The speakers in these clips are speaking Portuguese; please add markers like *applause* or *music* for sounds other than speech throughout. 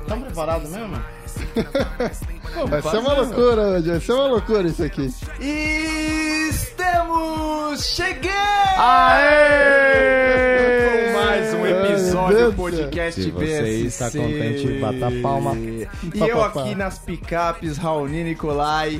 Estão preparados mesmo? Pô, Vai ser uma loucura, Andy. Vai ser uma loucura isso aqui. E estamos chegando! Aê! Com mais um Meu episódio Deus do podcast Se você BSC. está contente, bata palma. E Pá, eu pá, pá. aqui nas picapes, Raoni *laughs* Nicolai.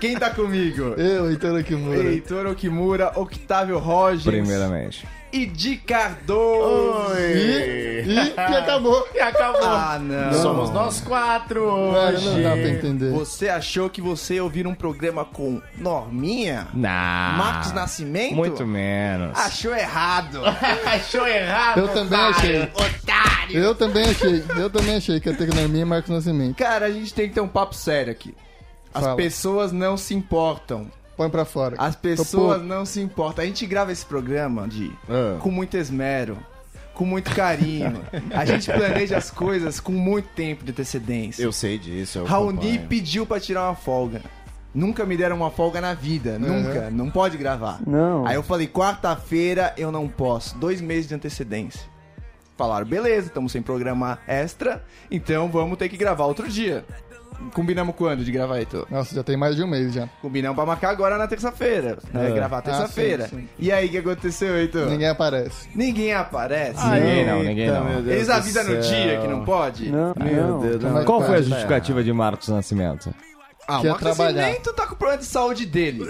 Quem tá comigo? Eu, Heitor Kimura. Heitor Okimura, Octávio Rogers Primeiramente. e Di Cardoso. E, e que acabou. E acabou. Ah, não. Somos nós quatro Mano, hoje. não dá pra entender. Você achou que você ia ouvir um programa com Norminha? Nah. Marcos Nascimento? Ah, Ah, Muito menos. Achou errado. Achou errado. Eu também otário. achei. Otário. Eu também achei. Eu também achei que ia ter Norminha e Marcos Nascimento. Cara, a gente tem que ter um papo sério aqui. As Fala. pessoas não se importam. Põe pra fora. As Ô, pessoas não se importam. A gente grava esse programa de Ah. com muito esmero, com muito carinho. a gente planeja as coisas com muito tempo de antecedência. Eu sei disso. eu Raoni acompanho. pediu pra tirar uma folga. Nunca me deram uma folga na Uhum. vida, nunca. Não pode gravar. Não. Aí eu falei, quarta-feira eu não posso. Dois meses de antecedência. Falaram, beleza, estamos sem programa extra, então vamos ter que gravar outro dia. Combinamos quando de gravar, Heitor? pô. Nossa, já tem mais de um mês já. Combinamos pra marcar agora na terça-feira. Né? É. Gravar Ah, terça-feira. sim, sim. E aí, o que aconteceu, Heitor? Ninguém, Ninguém aparece. aparece? Ninguém não, ninguém Eita, não. meu Deus Eles do avisam no céu. dia que não pode? Não, não. Mas Qual foi a tá justificativa de Marcos Nascimento? Ah, Que o é Max trabalhar. Nascimento tá com problema de saúde dele.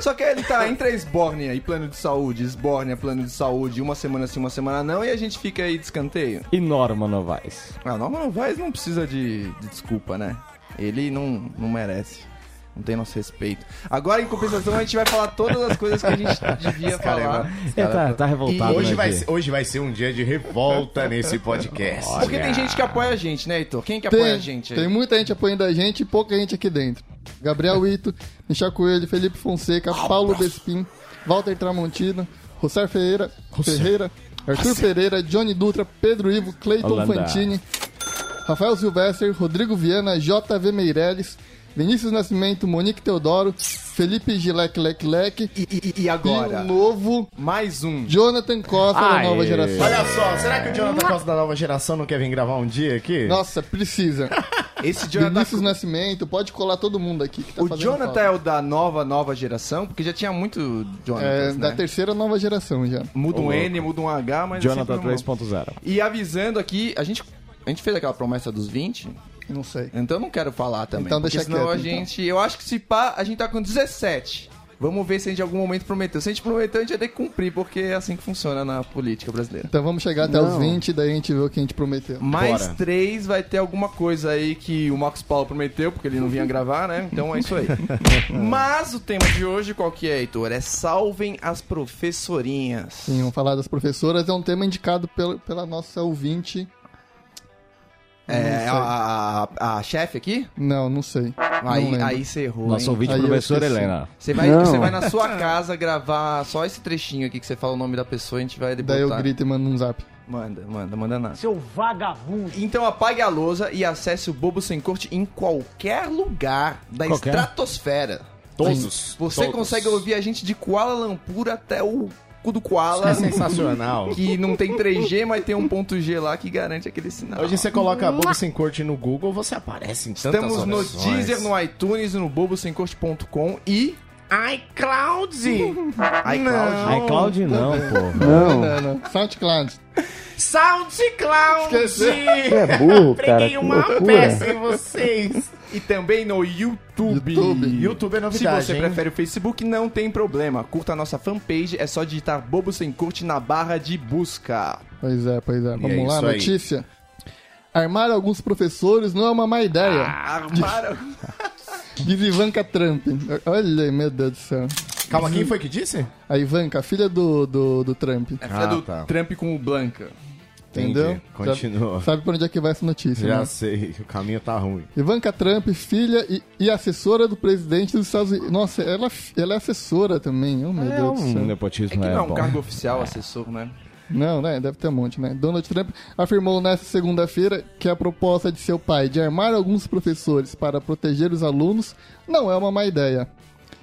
Só que ele tá entre a esbórnia e plano de saúde, esbórnia, plano de saúde, uma semana sim, uma semana não, e a gente fica aí de escanteio. E Norma Novaes. Ah, o Norman Novaes não precisa de, de desculpa, né? Ele não, não merece. Não tem nosso respeito. Agora, em compensação, a gente vai falar todas as coisas que a *laughs* gente devia cara é falar. uma- É, tá, tá revoltado. E hoje né, vai, Gui? ser, hoje vai ser um dia de revolta nesse podcast. né? Porque tem gente que apoia a gente, né, Heitor? Quem que apoia a Tem, gente aí? tem muita gente apoiando a gente e pouca gente aqui dentro. Gabriel Ito, Michel Coelho, Felipe Fonseca, Paulo Despim, Walter Tramontino, Rossar Ferreira, Ferreira Arthur Pereira, Johnny Dutra, Pedro Ivo, Cleiton Holanda. Fantini, Rafael Silvestre, Rodrigo Viana, JV Meirelles, Vinícius Nascimento, Monique Teodoro, Felipe Gilec Lec Lec E, e- e e o agora? novo Mais um. Jonathan Costa da Aê. nova geração. Olha só, será que o Jonathan Costa da nova geração não quer vir gravar um dia aqui? Nossa, precisa. *laughs* Esse *laughs* Jonathan Vinícius Nascimento, pode colar todo mundo aqui que tá O fazendo Jonathan falta. é o da nova, nova geração, porque já tinha muito Jonathan. assim, É, da né? terceira nova geração já. Muda um N, muda um H, mas. é Jonathan sempre um- 3.0. E avisando aqui, a gente, a gente fez aquela promessa dos 20, Não sei. então não quero falar também. Então porque deixa senão quieto, a então. gente. Eu acho que se pá, a gente tá com 17. Vamos ver se a gente em algum momento prometeu. Se a gente prometeu, a gente vai ter que cumprir, porque é assim que funciona na política brasileira. Então vamos chegar até os 20, daí a gente vê o que a gente prometeu. Mais Bora. três vai ter alguma coisa aí que o Marcos Paulo prometeu, porque ele não vinha gravar, né? Então é isso *laughs* aí. Mas o tema de hoje, qual que é, Heitor? É salvem as professorinhas. Sim, vamos falar das professoras. É um tema indicado pelo, pela nossa ouvinte. É, a, a, a chefe aqui? Não, não sei. não Aí, lembro. aí você errou. Nosso hein? ouvinte, Aí eu professor esqueci. Helena. Você vai, Não. você vai na sua casa gravar só esse trechinho aqui que você fala o nome da pessoa e a gente vai debutar. Daí Tá. eu grito e mando um zap. Manda, manda, manda nada. Seu vagabundo. Então apague a lousa e acesse o Bobo Sem Corte em qualquer lugar da Qualquer? estratosfera. Todos. Você todos. consegue *laughs* ouvir a gente de Kuala Lumpur até o cu do Kuala, É sensacional. que não tem 3G, mas tem um ponto G lá que garante aquele sinal. Hoje você coloca Bobo Sem Corte no Google, você aparece em tantas Estamos no orações. Deezer, no iTunes, no bobosemcorte.com e... iCloud. Ai, iCloud. Ah, é Cláudio não, pô. Não, Não. não, É, né? não. SoundCloud. SoundCloud. Você é burro, cara. Que Preguei uma loucura. peça em vocês. E também no YouTube. YouTube. YouTube é Se novidade, você hein? prefere o Facebook, não tem problema. Curta a nossa fanpage, é só digitar Bobo Sem Corte na barra de busca. Pois é, pois é. Vamos é lá, isso aí. notícia. Armar alguns professores não é uma má ideia. Ah. Armaram. Diz Ivanka Trump. Olha, meu Deus do céu. Calma, quem foi que disse? A Ivanka, a filha do, do, do Trump. É filha Ah, do tá. Trump com o Blanca. Entendeu? Entendi. Continua. Sabe, sabe pra onde é que vai essa notícia, né? Já sei, o caminho tá ruim. Ivanka Trump, filha e, e assessora do presidente dos Estados Unidos. Nossa, ela, ela é assessora também. Oh, meu É Deus do um céu. É que nepotismo, não é, é um bom. cargo oficial, assessor, né? Não, né? Deve ter um monte, né? Donald Trump afirmou nesta segunda-feira que a proposta de seu pai de armar alguns professores para proteger os alunos não é uma má ideia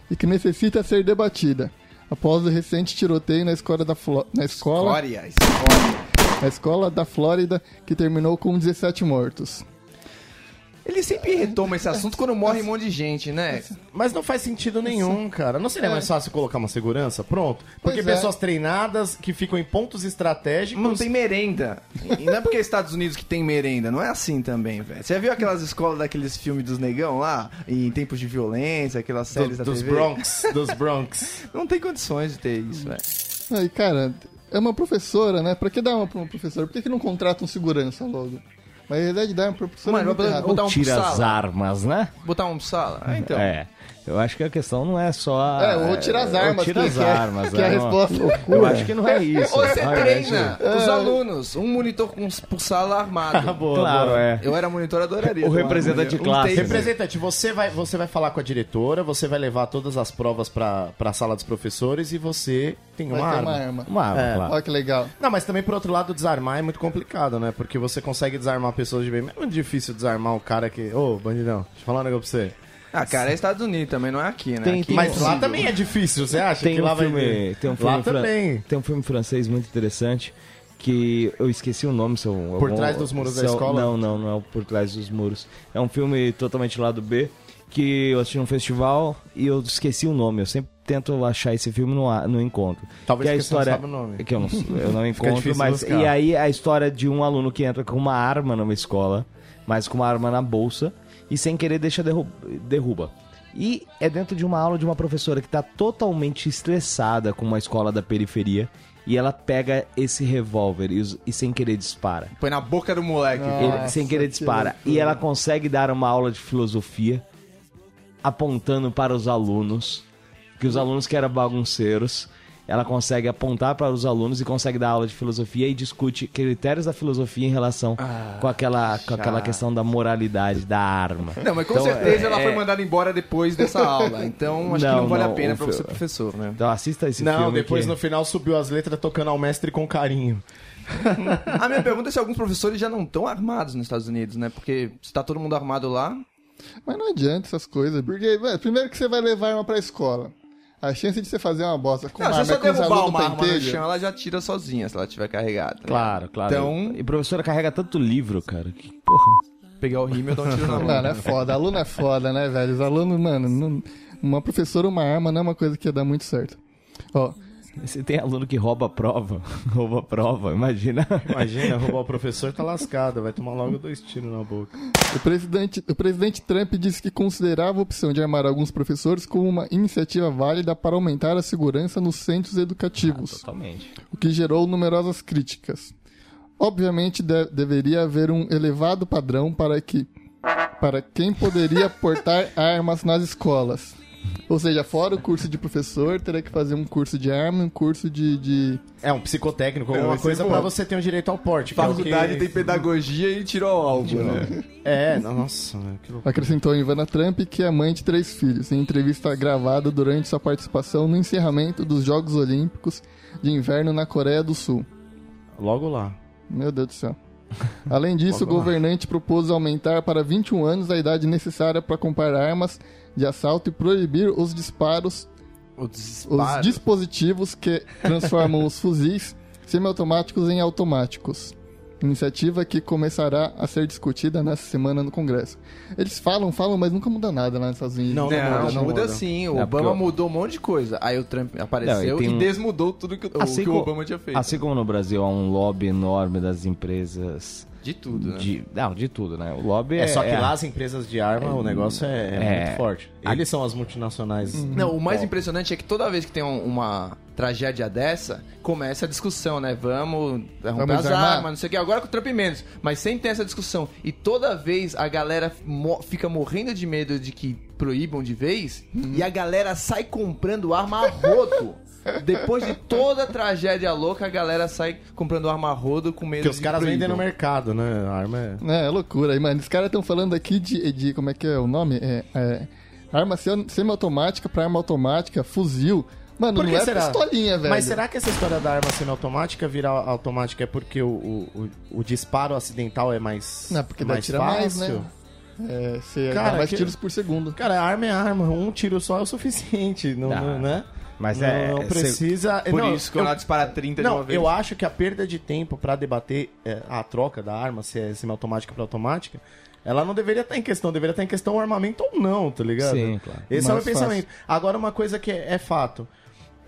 e que necessita ser debatida. Após o recente tiroteio na escola da Flo- na escola Glória, escória. a escola da Flórida que terminou com 17 mortos. Ele sempre retoma esse assunto quando morre um monte de gente, né? Mas não faz sentido nenhum, cara. Não seria mais fácil colocar uma segurança? Pronto. Porque Pois é. pessoas treinadas que ficam em pontos estratégicos. Não tem merenda. E não é porque é Estados Unidos que tem merenda, não é assim também, velho. Você viu aquelas escolas daqueles filmes dos negão lá? Em tempos de violência, aquelas do- séries da dos TV? Bronx, dos *laughs* Bronx. Não tem condições de ter isso, velho. Aí, cara, é uma professora, né? Pra que dar uma pra uma professora? Por que, que não contratam segurança logo? Mas a ideia de dar uma professora Mano, é muito vai- errado. Vou dar um Tira as sala. armas, né? Botar um sala? Ah, então. É. Eu acho que a questão não é só. É, Ah, ou tira as ou armas, Tira que- as que é- armas. que é a né? resposta. Eu acho que não é isso. Ou você realmente. treina os alunos, um monitor com, por sala Tá armado. Claro, é. Eu era monitor, adoraria. O ter um representante armário. de classe, taser. né? Representante, você vai, você vai falar com a diretora, você vai levar todas as provas pra, pra sala dos professores e você tem Vai uma ter arma. uma arma. Uma arma, claro. Olha que legal. Não, mas também por outro lado, desarmar é muito complicado, né? Porque você consegue desarmar pessoas de bem. mas É muito difícil desarmar um cara que. Ô, bandidão, deixa eu falar um negócio pra você. Ah, cara, é Estados Unidos também, não é aqui, né? Tem- aqui mas impossível. lá também é difícil, você acha? Tem que lá um, filme, vai... tem, um filme Lá fran- também. tem um filme francês muito interessante que eu esqueci o nome. São Por Trás dos Muros da Escola? Não, não, não é o Por Trás dos Muros. É um filme totalmente lado B que eu assisti num festival e eu esqueci o nome. Eu sempre tento achar esse filme no, a- no encontro. Talvez que é a porque você não história sabe o nome. que eu não, eu não encontro, difícil mas buscar. e aí a história de um aluno que entra com uma arma numa escola, mas com uma arma na bolsa e sem querer deixa derru- derruba. E é dentro de uma aula de uma professora que tá totalmente estressada com uma escola da periferia e ela pega esse revólver e, os- e sem querer dispara. Põe na boca do moleque. Não. Ele- Nossa, sem querer que dispara. E ela consegue dar uma aula de filosofia apontando para os alunos, que os alunos que eram bagunceiros, ela consegue apontar para os alunos e consegue dar aula de filosofia e discute critérios da filosofia em relação com, aquela, com aquela questão da moralidade da arma. Não, mas com Então, certeza é- ela foi mandada embora depois dessa aula. Então acho que Não, não vale não, a pena o pra fi- você professor, né? Então assista esse filme. Não, depois que- no final subiu as letras tocando ao mestre com carinho. A minha pergunta é se alguns professores já não estão armados nos Estados Unidos, né? Porque se tá todo mundo armado lá, Mas não adianta essas coisas, porque velho, primeiro que você vai levar arma pra escola. A chance de você fazer uma bosta com não, uma se arma você é com os derrubar alunos uma arma no pentelho. chão, ela já tira sozinha se ela tiver carregada. né? Claro, claro. Então- E professora carrega tanto livro, cara. Que *laughs* porra. Pegar o rímel e dar um *laughs* tiro na mão. Mano, é foda. Aluno é foda, né, velho? Os alunos, mano, não- uma professora, uma arma não é uma coisa que ia dar muito certo. Ó, Você tem aluno que rouba a prova. *laughs* rouba a prova, imagina. *laughs* Imagina, roubar o professor tá lascado, vai tomar logo dois tiros na boca. o presidente, o presidente Trump disse que considerava a opção de armar alguns professores como uma iniciativa válida para aumentar a segurança nos centros Ah, tá, educativos, Totalmente. o que gerou numerosas críticas. Obviamente, de- deveria haver um elevado padrão para que para quem poderia portar *laughs* armas nas escolas. Ou seja, fora o curso de professor, teria que fazer um curso de arma, um curso de- de É, um psicotécnico, Eu alguma sei coisa como. pra você ter um direito ao porte. que é o que- Faculdade tem pedagogia e tirou o alvo, né? É, nossa, que loucura. Acrescentou Ivana Trump, que é mãe de três filhos, em entrevista gravada durante sua participação no encerramento dos Jogos Olímpicos de Inverno na Coreia do Sul. Logo lá. Meu Deus do céu. Além disso, o governante propôs aumentar para 21 anos a idade necessária para comprar armas de assalto e proibir os disparos, O os disparo. dispositivos que transformam os fuzis semiautomáticos em automáticos. Iniciativa que começará a ser discutida nessa semana no Congresso. Eles falam, falam, mas nunca muda nada lá nos Estados Unidos. Não, né? Não, muda, muda, não muda. sim. O É, porque Obama eu- mudou um monte de coisa. Aí o Trump apareceu Não, e e, tem um- desmudou tudo que, o- que o co- Obama tinha feito. Assim como no Brasil há um lobby enorme das empresas De tudo, né? de. Não, de tudo, né? O lobby é. É, só que lá as empresas de arma, o negócio é, é Uhum. É. muito forte. Eles são as multinacionais. Não, o mais impressionante é que toda vez que tem um- uma tragédia dessa, começa a discussão, né? Vamos Vamos arrombar as desarmar? armas, não sei o que. Agora com o Trump menos. Mas sempre tem essa discussão. E toda vez a galera mo- fica morrendo de medo de que proíbam de vez. Hum. E a galera sai comprando arma a *laughs* rodo. Depois de toda a tragédia louca, a galera sai comprando arma a rodo com medo Porque os de caras vendem proíbam. no mercado, né? A arma é. É, é loucura aí, mano. Os caras estão falando aqui de, de. Como é que é o nome? É. é arma sem- semiautomática pra arma automática, fuzil. Mano, Por não que é será? pistolinha, velho. Mas será que essa história da arma semiautomática virar automática é porque o, o, o- o disparo acidental é mais. Não, porque daí mais tira mais, fácil? né? É, você dá Cara, mais que- tiros por segundo. Cara, arma é arma. Um tiro só é o suficiente, não, Ah. não- né? Mas é. Não, não cê- precisa. Por não, isso que eu, eu dispara 30 de Não, uma vez. eu acho que a perda de tempo pra debater é, a troca da arma, se é semiautomática pra automática, ela não deveria estar em questão, deveria estar em questão o armamento ou não, tá ligado? Sim, claro. Esse é o Mais meu fácil. pensamento. Agora, uma coisa que é, é fato.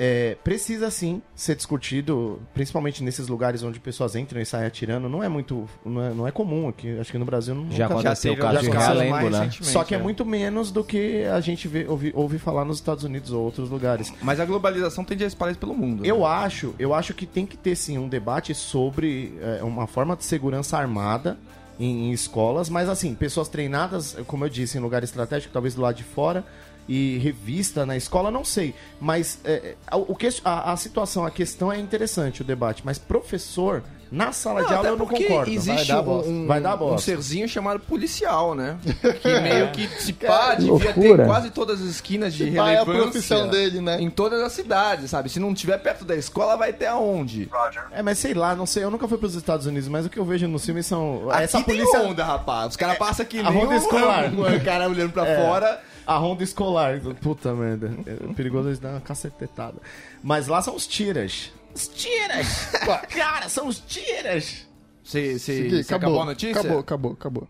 é, precisa sim ser discutido, principalmente nesses lugares onde pessoas entram e saem atirando. Não é muito. Não é, não é comum aqui. Acho que no Brasil não Já nunca- Já aconteceu o teve caso um de caso Realengo, mais né? recentemente, Só que é muito menos do que a gente vê, ouve, ouve falar nos Estados Unidos ou outros lugares. Mas a globalização tende a espalhar isso pelo mundo. né? Uhum. Eu acho, eu acho que tem que ter sim um debate sobre é, uma forma de segurança armada em, em escolas, mas assim, pessoas treinadas, como eu disse, em lugar estratégico, talvez do lado de fora, e revista na escola, não sei. Mas é, é, o que, a, a situação, a questão é interessante, o debate, mas professor, na sala de aula eu não concordo. existe vai dar um, bosta. um- vai dar um bosta. serzinho chamado policial, *laughs* né? Que meio que se pá, devia ter loucura. em quase todas as esquinas de Pai é a relevância. profissão dele, né? Em todas as cidades, sabe? Se não tiver perto da escola, vai ter aonde? É, mas sei lá, não sei, eu nunca fui pros Estados Unidos, mas o que eu vejo nos filmes são. essa Aqui tem um, polícia. É, onda, rapaz. Os caras passam aqui a ronda *laughs* escolar. O cara olhando pra É. fora. A ronda escolar. Puta merda. É perigoso eles darem uma cacetetada. Mas lá são os tiras. Os tiras! Cara, são os tiras! Você Segui, acabou. a notícia? Acabou, acabou, acabou.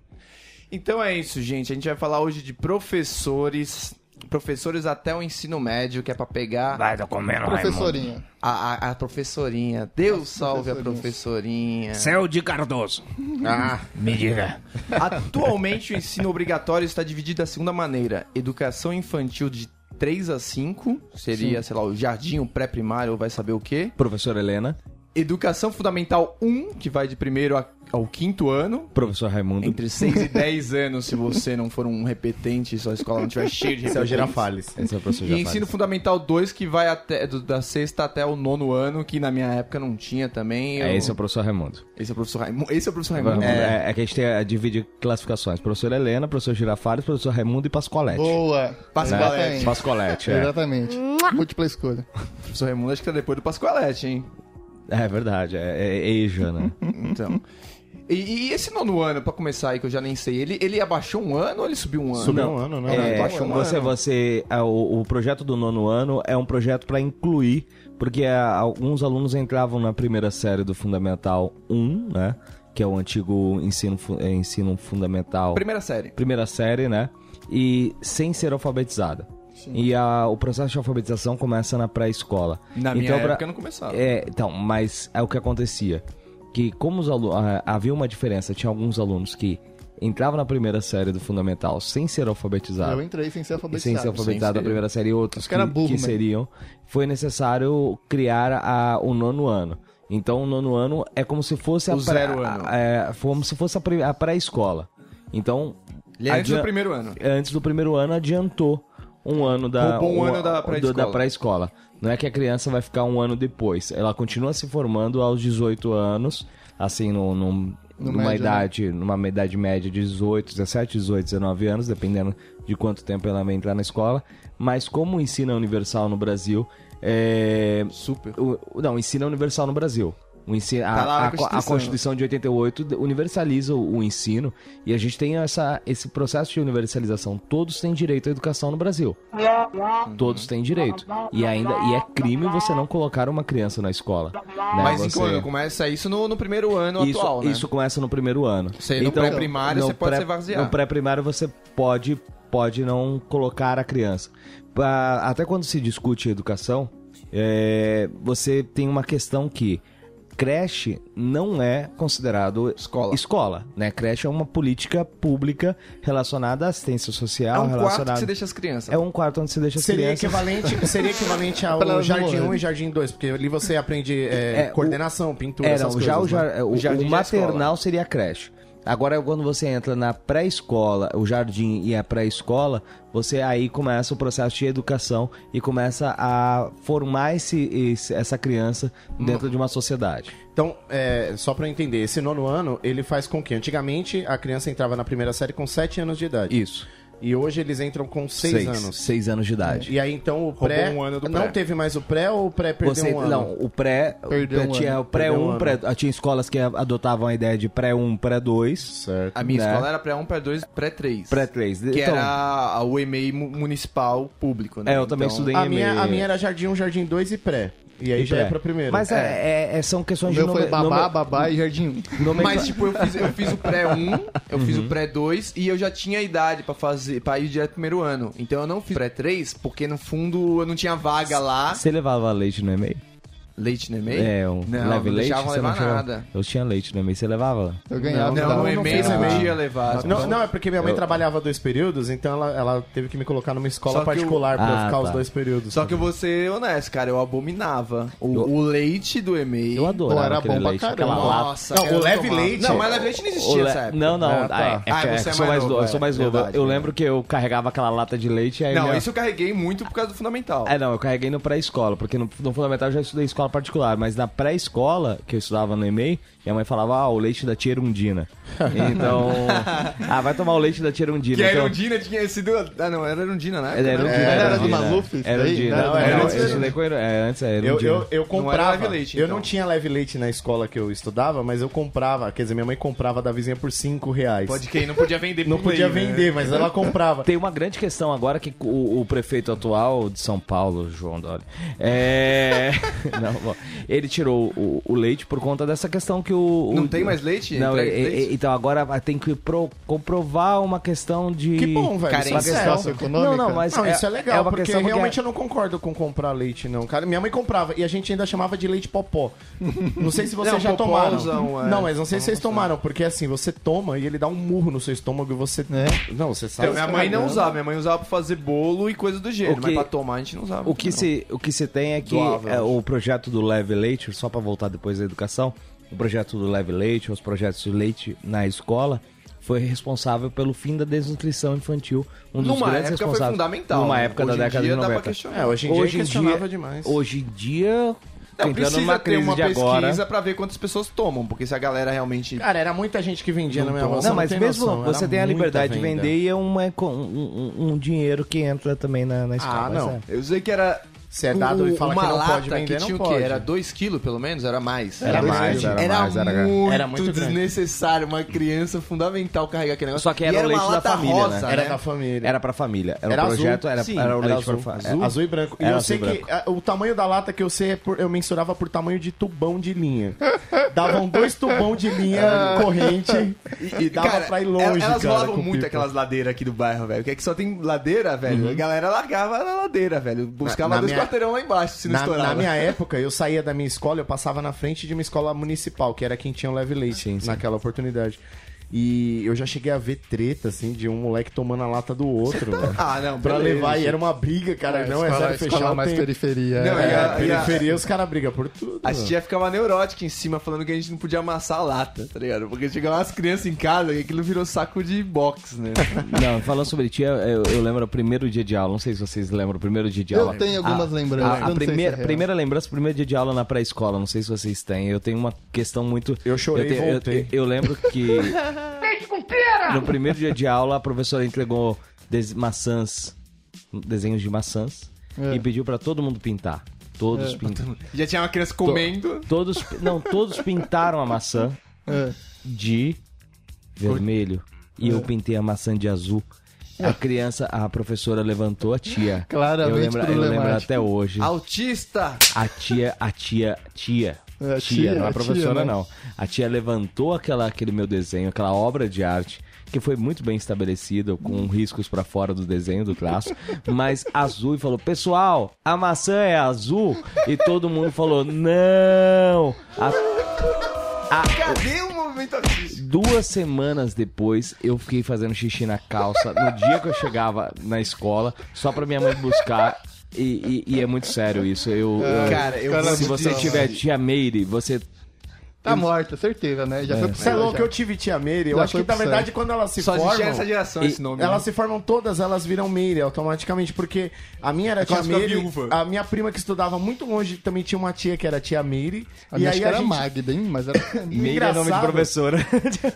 Então é isso, gente. A gente vai falar hoje de professores. Professores até o ensino médio, que é pra pegar Professorinha. a, a- a professorinha. Deus salve a professorinha. Céu de Cardoso. Me diga. Ah. Atualmente, o ensino obrigatório está dividido da segunda maneira: educação infantil de 3 a 5, seria, sei lá, o jardim, o pré-primário, ou vai saber o quê. Professor Helena, Educação fundamental 1, que vai de primeiro a- ao quinto ano. professor Raimundo. Entre 6 e 10 anos, se você não for um repetente e sua escola não tiver cheia de Esse é o repetentes. Girafales. Esse é o professor E ensino Jafari. fundamental 2, que vai até do- da sexta até o nono ano, que na minha época não tinha também. Eu- É, esse é o professor Raimundo. esse é o professor Raimundo. Esse é o professor Raimundo. É, é que a gente tem, é, divide classificações. Professor Helena, professor Girafales, professor Raimundo e Pascolete. Boa. Pascoalete. Exatamente. Pascolete, é. Exatamente. Múltipla escolha. O professor Raimundo acho que tá depois do Pascoalete, hein? É verdade, é, é Eija, né? Então. E, e esse nono ano, pra começar aí, que eu já nem sei, ele, ele abaixou um ano ou ele subiu um ano? Subiu um ano, né? É, eu acho uma- você, você, é, o, o projeto do nono ano é um projeto para incluir, porque é, alguns alunos entravam na primeira série do Fundamental 1, né? Que é o antigo ensino, fu- é, ensino fundamental. Primeira série. primeira série, né? E sem ser alfabetizada. E a- o processo de alfabetização começa na pré-escola. Na minha Então, pra- época não começava. É, então, mas é o que acontecia. Que como os alu- ah, havia uma diferença, tinha alguns alunos que entravam na primeira série do fundamental sem ser Eu alfabetizado. entrei sem ser alfabetizado. Sem ser alfabetizado na primeira série e outros Acho que, que era burro que mesmo. seriam, foi necessário criar a- o nono ano. Então o nono ano é como se fosse a O pré- zero ano. a- é, como se fosse a pre- a pré-escola. Então Ele é antes adian- do primeiro ano. antes do primeiro ano adiantou um ano da Roubou um ano da do- pré-escola. pré-escola. Não é que a criança vai ficar um ano depois. Ela continua se formando aos 18 anos, assim, num- num- No médio, numa né? idade, numa idade média de 18, 17, 18, 19 anos, dependendo de quanto tempo ela vai entrar na escola. Mas como o ensino é universal no Brasil, é, Super. o- o- não, o ensino é universal no Brasil. O ensino, a, Tá lá na a- a Constituição, Constituição. de 88 de- universaliza o, o ensino e a gente tem essa, esse processo de universalização. Todos têm direito à educação no Brasil. Todos têm direito. E ainda e é crime você não colocar uma criança na escola. né? Mas em Você- que ano começa isso no, no primeiro ano isso, atual, né? isso começa no primeiro ano. Então, Você no pré-primário, no você pode pré- ser vaziado. No pré-primário você pode, pode não colocar a criança. Pra- até quando se discute educação, é, você tem uma questão que creche não é considerado Escola. escola, né? Creche é uma política pública relacionada à assistência É social, um quarto relacionada que você deixa as crianças. é um quarto onde você deixa as Seria crianças. equivalente, seria equivalente ao *laughs* Pra elas não Jardim 1 morrerem. e Jardim 2, porque ali você aprende é, É, o- coordenação, pintura, É, essas não, coisas. já o, né? jar- o- O jardim o já é escola. maternal seria a creche. Agora, quando você entra na pré-escola, o jardim e a pré-escola, você aí começa o processo de educação e começa a formar esse, esse- essa criança dentro de uma sociedade. Então, é, só pra eu entender, esse nono ano, ele faz com que antigamente a criança entrava na primeira série com 7 anos de idade. Isso. E hoje eles entram com seis, anos. Seis anos de idade. E aí então o pré, um ano do não pré. teve mais o pré ou o pré perdeu Você, um ano? não, o pré. Perdeu um tinha ano. o pré Perdeu um 1, pré, tinha escolas que adotavam a ideia de pré 1, pré 2, Certo. A minha Né? escola era pré 1, pré 2, pré 3. pré 3. Que era a UEMEI mu- municipal público, né? É, eu também estudei A em minha, a EMEI. minha era jardim 1, jardim 2 e pré. E aí E já pré. é pra primeira. Então Mas é- é- é- são O questões de meu foi nome- babá, nome- babá e jardim. um. nome- Mas, tipo, eu fiz, eu fiz o pré 1, eu fiz Uhum. o pré 2 e eu já tinha a idade pra fazer pra ir direto pro primeiro ano. Então eu não fiz pré 3, porque no fundo eu não tinha vaga lá. Você levava leite no e-mail? Leite no e-mail? É, um Não, leve não leite? deixavam você levar não chegava- nada. Eu tinha leite no e-mail, você levava? Eu Não, ganhava. no dava. e-mail não podia levar. Não, não, é porque minha mãe trabalhava dois períodos, então ela, ela teve que me colocar numa Só escola que particular pra eu Ah, ficar os tá. dois períodos. Só que eu vou ser honesto, cara, eu abominava o, o leite do e-mail. Eu adorava Pô, era aquele bom pra leite, caramba. aquela lata. Nossa, Não, cara, o eu leve tomava. leite- Não, mas leve leite não existia O le- essa época. Não, não, Ah, tá. é- é- Ah, é- você é sou mais mais novo, novo, eu sou é, mais novo. verdade, eu verdade. lembro que eu carregava aquela lata de leite aí É, Não, minha- isso eu carreguei muito por causa do fundamental. É, não, eu carreguei no pré-escola, porque no, no fundamental eu já estudei escola particular, mas na pré-escola, que eu estudava no EMEI, minha mãe falava, ah, o leite da tia *laughs* Erundina. Então, ah, vai tomar o leite da tia Erundina. Que é a então, Erundina tinha sido. Ah, não, era Erundina, né? Era um Erundina. Era do Erundina. Maluf isso daí? Erundina. Não, um Não, era eu antes da estudei com Eru- é, antes era Eu, Erundina. eu, eu comprava. leve leite, Eu então. não tinha leve leite na escola que eu estudava, mas eu comprava. Quer dizer, minha mãe comprava da vizinha por 5 reais. Pode quem não podia vender não pro podia meio, né? vender, mas ela comprava. Tem uma grande questão agora que o, o prefeito atual de São Paulo, João Dória, é... *laughs* não, bom, ele tirou o, o leite por conta dessa questão que o... o- Não tem mais leite? Não, Entrega e- e- leite? então agora tem que pro- comprovar uma questão de... Que bom, velho. Carência isso é Situação legal. econômica. Não, não, mas Não, isso é legal, uma porque questão é. realmente eu não concordo com comprar leite, não, cara. Minha mãe comprava e a gente ainda chamava de leite popó. Não sei se vocês Não, já tomaram. popózão, é. Não, mas não sei se vocês tomaram, porque assim, você toma e ele dá um murro no seu estômago e você. Não, você sai. Então, minha mãe não estragando. usava, minha mãe usava pra fazer bolo e coisa do gênero, O mas que- pra tomar a gente não usava. O que, não. se, o que se tem é que Doável. é, o projeto do Leve Leite, só para voltar depois da educação, o projeto do Leve Leite, os projetos de leite na escola, foi responsável pelo fim da desnutrição infantil. Um dos Numa grandes época foi responsáveis. fundamental, Numa né? época Hoje da em década dia de dá pra 90. questionar. É, hoje em dia Hoje é em questionável dia- demais. Hoje em dia, Não, entrando precisa numa ter crise uma de pesquisa agora. pra ver quantas pessoas tomam, porque se a galera realmente... Cara, era muita gente que vendia na minha Não, avó. você mas tem mesmo noção, você era tem a muita liberdade de venda. vender e é uma, um, um- um dinheiro que entra também na, na escola. Ah, mas não. é. Eu sei que era... um- Se é dado e fala uma que não lata pode vender, que não tinha o pode. quê? Era 2 quilos, pelo menos? Era mais? Era dois mais, quilos. era mais, era- muito era muito grande. desnecessário uma criança fundamental carregar aquele negócio. Só que E era o uma leite da lata família, né? rosa, Era da família. Era pra família. Era, Era um azul. projeto, era, Sim, era o leite azul. pra fa- É, Azul. e branco. E Era eu azul sei e que a- o tamanho da lata que eu sei é por, eu mensurava por tamanho de tubão de linha. Davam dois tubão de *laughs* linha corrente e, dava Cara, pra ir longe. Elas cara, rolavam com muito pipa. Uhum. aquelas ladeiras aqui do bairro, velho. Que é que só tem ladeira, velho. A galera largava na ladeira, velho. Buscava Na- na dois minha- quarteirão lá embaixo, se não Na, estourava. na minha época, eu saía da minha escola, eu passava na frente de uma escola municipal, que era quem tinha o leve leite naquela oportunidade. E eu já cheguei a ver treta, assim, de um moleque tomando a lata do outro, *laughs* velho. Ah, não, Pra beleza. levar, e era uma briga, cara. não, tá é Escola- sério, fechar escola o mais tempo. periferia. Não, é. É, E a- Assim, e a- periferia, os caras brigam por tudo. A mano. tia ficava neurótica em cima, falando que a gente não podia amassar a lata, tá ligado? Porque chegavam as crianças em casa e aquilo virou saco de box, *laughs* né? Não, falando sobre tia, eu, eu lembro o primeiro dia de aula. Não sei se vocês lembram o primeiro dia de Eu aula. tenho algumas A- lembranças, A, eu a não sei primeira, se é real. primeira lembrança, o primeiro dia de aula na pré-escola. Não sei se vocês têm. Eu tenho uma questão muito. Eu chorei tenho- e voltei. Eu, eu lembro *laughs* que. no primeiro dia de aula, a professora entregou des- maçãs, desenhos de maçãs, É. e pediu pra todo mundo pintar. Todos pintaram. Já tinha uma criança comendo. Todos, não, todos pintaram a maçã É. de vermelho e eu pintei a maçã de azul. A criança, a professora levantou a tia. É. Claramente eu lembro, eu problemático. lembro até hoje. Autista! A tia, a tia, tia. É, tia, tia, não tia, é a professora, né? não. A tia levantou aquela, aquele meu desenho, aquela obra de arte, que foi muito bem estabelecido, com riscos pra fora do desenho, *laughs* do traço, mas azul, e falou: Pessoal, a maçã é azul? E todo mundo falou: Não! A Cadê o movimento artístico? Duas semanas depois, eu fiquei fazendo xixi na calça no dia que eu chegava na escola, só pra minha mãe buscar. E, e- e é muito sério isso. Eu, eu- É. Cara, eu cara, vou se te você dizer- tiver tia Meire, você. Tá morta, certeza, né? Já foi pro Você é céu, louco, já. eu tive tia Meire. Eu Já acho foi que, na pro verdade, quando elas se Só existia formam... essa geração, esse nome. né? Elas se formam todas, elas viram Meire automaticamente, porque a É minha era tia clássica Meire, viúva. a minha prima que estudava muito longe também tinha uma tia que era tia Meire, A e minha aí acho que a era gente... Magda, hein? Mas era... Meire é nome de professora.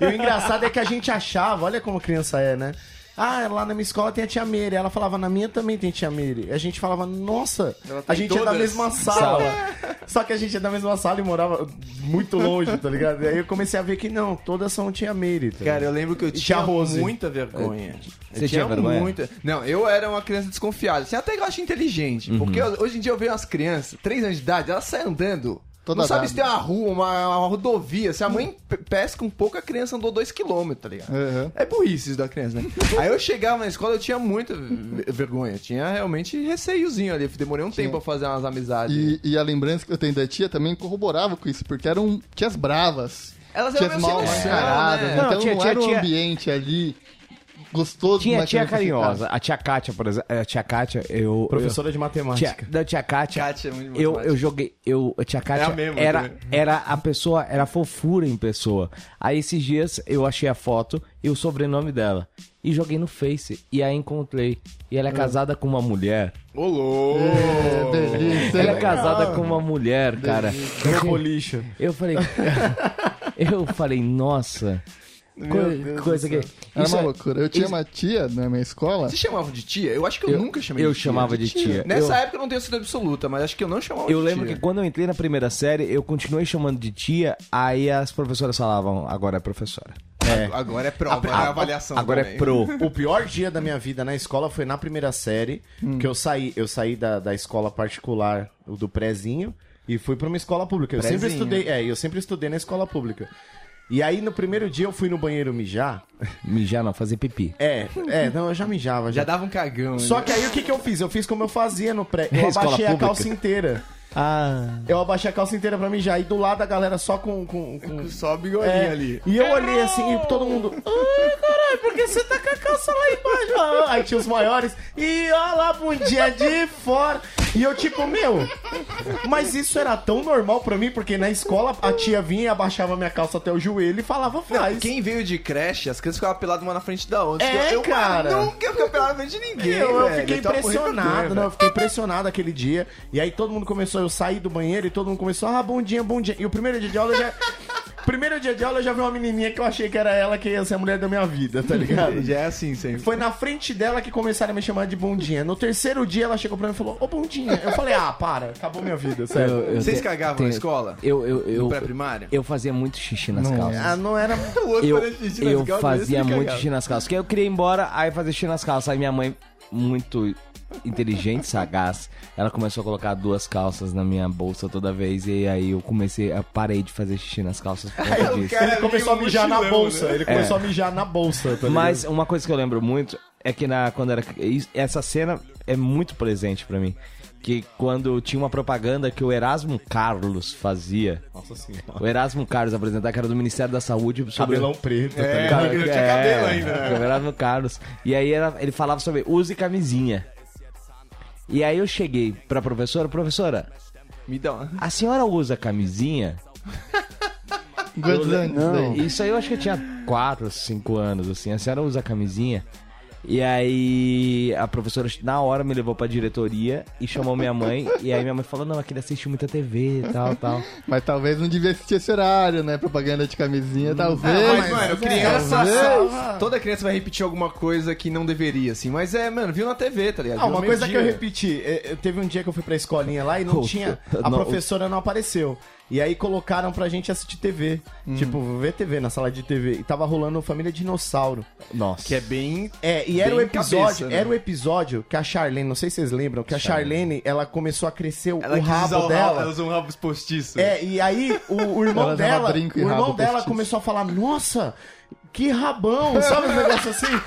E o engraçado é que a gente achava, olha como criança é, né? Ah, lá na minha escola tem a tia Meire. Ela falava, na minha também tem tia Meire. A gente falava, nossa, Ela a tem gente é da todas. mesma sala. *laughs* Só que a gente é da mesma sala e morava muito longe, tá ligado? E aí eu comecei a ver que não, todas são tia Meire. tá Cara, eu lembro que eu Tia tinha Rose. muita vergonha. Eu Você tinha vergonha? Muita... Não, eu era uma criança desconfiada. Você até que eu acho inteligente. Uhum. Porque eu- hoje em dia eu vejo umas crianças, 3 anos de idade, elas saem andando. Toda não sabe dada. se tem uma rua, uma, uma rodovia. Se a mãe pe- pesca um pouco, a criança andou 2km, tá ligado? Uhum. É burrice isso da criança, *laughs* né? Aí eu chegava na escola, eu tinha muita ve- vergonha. Eu tinha realmente receiozinho ali. Demorei um tempo pra fazer umas amizades. E, e a lembrança que eu tenho da tia também corroborava com isso, porque eram tias bravas. Elas eram tias meio mal sem noção, encaradas. né? Então Não, não, tia- tia- era um tia- ambiente ali gostoso. Tinha a mas que tá. tia não fosse carinhosa. A tia Kátia, por exemplo. A tia Kátia, eu. Professora de eu, matemática. tia, da tia Kátia. Kátia é muito de eu, matemática. eu joguei. Eu, a tia Kátia É a mesma era, também. era a pessoa, era a fofura em pessoa. Aí esses dias eu achei a foto e o sobrenome dela. E joguei no Face. E aí encontrei. E Hum. ela é casada com uma mulher. Ô, louco! casa. Delícia. Ela é casada com uma mulher, cara. Ô, lixo. *laughs* Eu falei. eu falei, nossa. co- coisa que. Era isso uma é- loucura. Eu tinha uma tia na minha escola. Você chamava de tia? Eu acho que eu, nunca chamei eu de tia. chamava de tia. Nessa Eu- época eu não tenho certeza absoluta, mas acho que eu não chamava Eu de lembro tia. que quando eu entrei na primeira série, eu continuei chamando de tia, aí as professoras falavam, agora é professora. Agora é prova, agora é avaliação. agora também. é pro. O pior dia da minha vida na escola foi na primeira série, que eu saí, eu saí da, da escola particular, o do prézinho, e fui pra uma escola pública. Eu sempre Prézinho. estudei, é, eu sempre estudei na escola pública. E aí no primeiro dia eu fui no banheiro mijar. Mijar não, fazer pipi. É, é, não, eu já mijava já. Já dava um cagão. Só né? que aí o que, que eu fiz? Eu fiz como eu fazia no pré. Eu Escola abaixei a pública. calça inteira. Ah. Eu abaixei a calça inteira pra mijar. E do lado a galera só com. com, com- Só a bigodinha é, ali. E eu olhei assim e todo mundo. Ai, caralho, por que você tá com a calça lá embaixo? Ah, Aí tinha os maiores. E olha lá, bundinha de fora. E eu, tipo, meu. Mas isso era tão normal pra mim, porque na escola a tia vinha e abaixava minha calça até o joelho e falava, faz. Quem veio de creche, as crianças ficavam peladas uma na frente da outra. É, eu, eu cara. nunca fiquei pelado na frente de ninguém. Eu, eu velho. né? fiquei Então, porra, impressionado, vergonha, né? Eu fiquei impressionado aquele dia. E aí todo mundo começou, eu saí do banheiro e todo mundo começou, ah, bom dia, bom dia. E o primeiro dia de aula eu já. primeiro dia de aula eu já vi uma menininha que eu achei que era ela que ia ser a mulher da minha vida, tá ligado? É, Já é assim sempre. Foi na frente dela que começaram a me chamar de bundinha. No terceiro dia ela chegou pra mim e falou, ô bundinha. Eu falei, ah, para, acabou minha vida, sério. Vocês cagavam na escola? Eu, eu, eu, pré-primário? eu fazia muito xixi nas calças. Ah, não era. O outro Eu, fazia xixi na eu escola, fazia esse me muito cagava. xixi nas calças. Porque eu queria ir embora, aí fazia xixi nas calças. Aí minha mãe, muito inteligente, sagaz, ela começou a colocar duas calças na minha bolsa toda vez. E aí eu comecei, eu parei de fazer xixi nas calças por conta disso. Ele começou a mijar na mochilão, né? bolsa. Ele começou a mijar na bolsa, tá ligado? É. Mas uma coisa que eu lembro muito é que na quando era isso- essa cena é muito presente pra mim, que quando tinha uma propaganda que o Erasmo Carlos fazia, Nossa senhora. o Erasmo Carlos apresentar que era do Ministério da Saúde sobre Cabelão preto, tá É, ligado? eu tinha cabelo ainda, né? o Erasmo Carlos. E aí era- ele falava sobre use camisinha. E aí eu cheguei pra professora, professora, Me dá Ah, uma... a senhora usa camisinha? Quantos anos Uhum. daí? Isso aí eu acho que eu tinha 4, 5 anos, assim. A senhora usa camisinha. E aí a professora na hora me levou pra diretoria e chamou minha mãe. e aí minha mãe falou, não, é que ele assiste muita TV e tal, tal. Mas talvez não devia assistir esse horário, né? Propaganda de camisinha, talvez. É, Mas, é. mano, criança. Toda criança vai repetir alguma coisa que não deveria, assim. Mas é, mano, viu na TV, tá ligado? Ah, Viu uma no coisa que eu meio-dia. repeti, é, é, teve um dia que eu fui pra escolinha lá e não Oh, tinha, oh, a não, professora não apareceu. E aí colocaram pra gente assistir TV, Hum. tipo, ver TV na sala de TV. E tava rolando Família Dinossauro. Nossa. Que é bem. É, e era Bem o episódio, cabeça, né? era o episódio que a Charlene, não sei se vocês lembram, que a Charlene, ela começou a crescer o Ela quis usar rabo o rabo, dela. ela usa um rabo postiço. É, e aí o, o irmão Ela usava dela, brinco o e irmão rabo dela postiço. começou a falar: "Nossa, que rabão", sabe um negócio assim?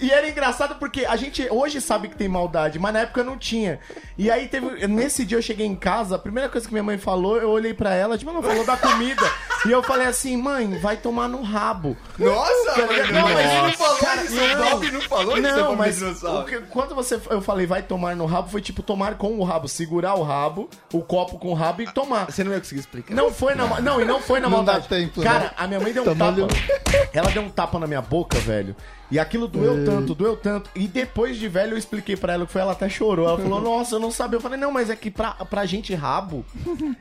E era engraçado porque a gente hoje sabe que tem maldade, mas na época não tinha. E aí teve nesse dia eu cheguei em casa, a primeira coisa que minha mãe falou, eu olhei pra ela, tipo, ela falou da comida. e eu falei assim: "Mãe, vai tomar no rabo". Nossa, mano, não, mas ele não falou Cara, isso. não. O Bob não falou isso. Não, da mas Dinossauro. o que- quando você eu falei vai tomar no rabo, foi tipo tomar com o rabo, segurar o rabo, o copo com o rabo e tomar. Você não ia conseguir explicar. Não foi na ma- Não, e não foi na Não dá maldade. tempo, né? Cara, a minha mãe deu um Tamanho- tapa. Ela deu um tapa na minha boca, velho. E aquilo É. doeu tanto, doeu tanto. E depois de velho, eu expliquei pra ela que foi, ela até chorou. Ela falou, nossa, eu não sabia. Eu falei, não, mas é que pra, pra gente rabo.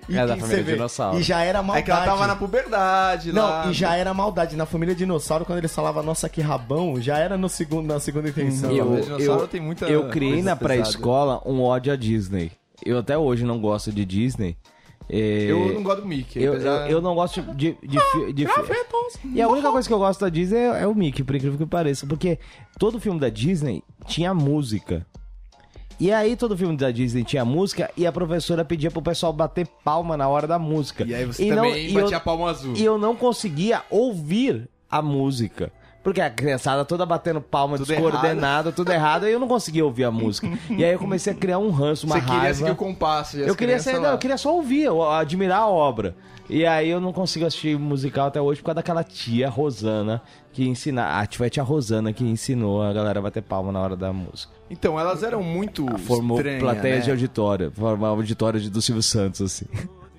E, É da e família você vê, dinossauro. E já era maldade. É que ela tava na puberdade Não, lá. e já era maldade. Na família dinossauro, quando eles falavam, nossa, que rabão, já era no segundo, na segunda intenção. Eu, Mas dinossauro eu- tem muita eu criei coisa na pesada. pré-escola um ódio à Disney. Eu até hoje não gosto de Disney. É, Eu não gosto do Mickey. eu, apesar- Ah, eu- eu não gosto de, de, fi- de fi- então, assim, E a única coisa que eu gosto da Disney é, é o Mickey, por incrível que pareça. Porque todo filme da Disney tinha música. E aí todo filme da Disney tinha música e a professora pedia pro pessoal bater palma na hora da música. E aí você não- também e eu- batia a palma azul. e eu não conseguia ouvir a música. Porque a criançada toda batendo palma Tudo descoordenada, tudo errado, e eu não conseguia ouvir *laughs* a música. E aí eu comecei a criar um ranço, uma Você raiva. queria seguir o compasso. e as Eu queria crianças sair, lá. não, eu queria só ouvir, eu- admirar a obra. E aí eu não consigo assistir musical até hoje por causa daquela tia Rosana que ensina. A tia, tia Rosana que ensinou a galera a bater palma na hora da música. Então, elas eram muito Ah, Formou estranhas, plateia né? de auditório. Formou auditório de- do Silvio Santos, assim.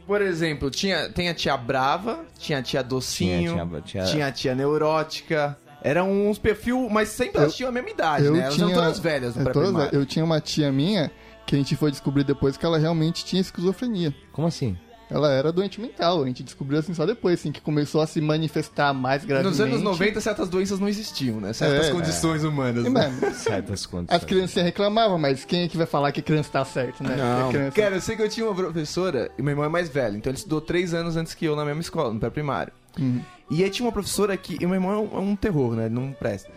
Por exemplo, tinha, tem a tia brava, tinha a tia docinho, É, *laughs* tinha, Tinha a tia- a tia, neurótica. Eram uns perfil, mas sempre elas tinham a mesma idade, né? Elas eram todas velhas no é, todas- pré-primário. Eu tinha uma tia minha que a gente foi descobrir depois que ela realmente tinha esquizofrenia. Como assim? Ela era doente mental, a gente descobriu assim só depois, assim, que começou a se manifestar mais gravemente. Nos anos 90, certas doenças não existiam, né? Certas É, condições humanas. E, né? mano, Certas condições. as criancinhas reclamavam, mas quem é que vai falar que criança tá certo, né? Não. É criança. Cara, eu sei que eu tinha uma professora, e meu irmão é mais velho, então ele estudou três anos antes que eu na mesma escola, no pré-primário. Uhum. E aí tinha uma professora que. E meu irmão é um, é um terror, né? Ele não presta.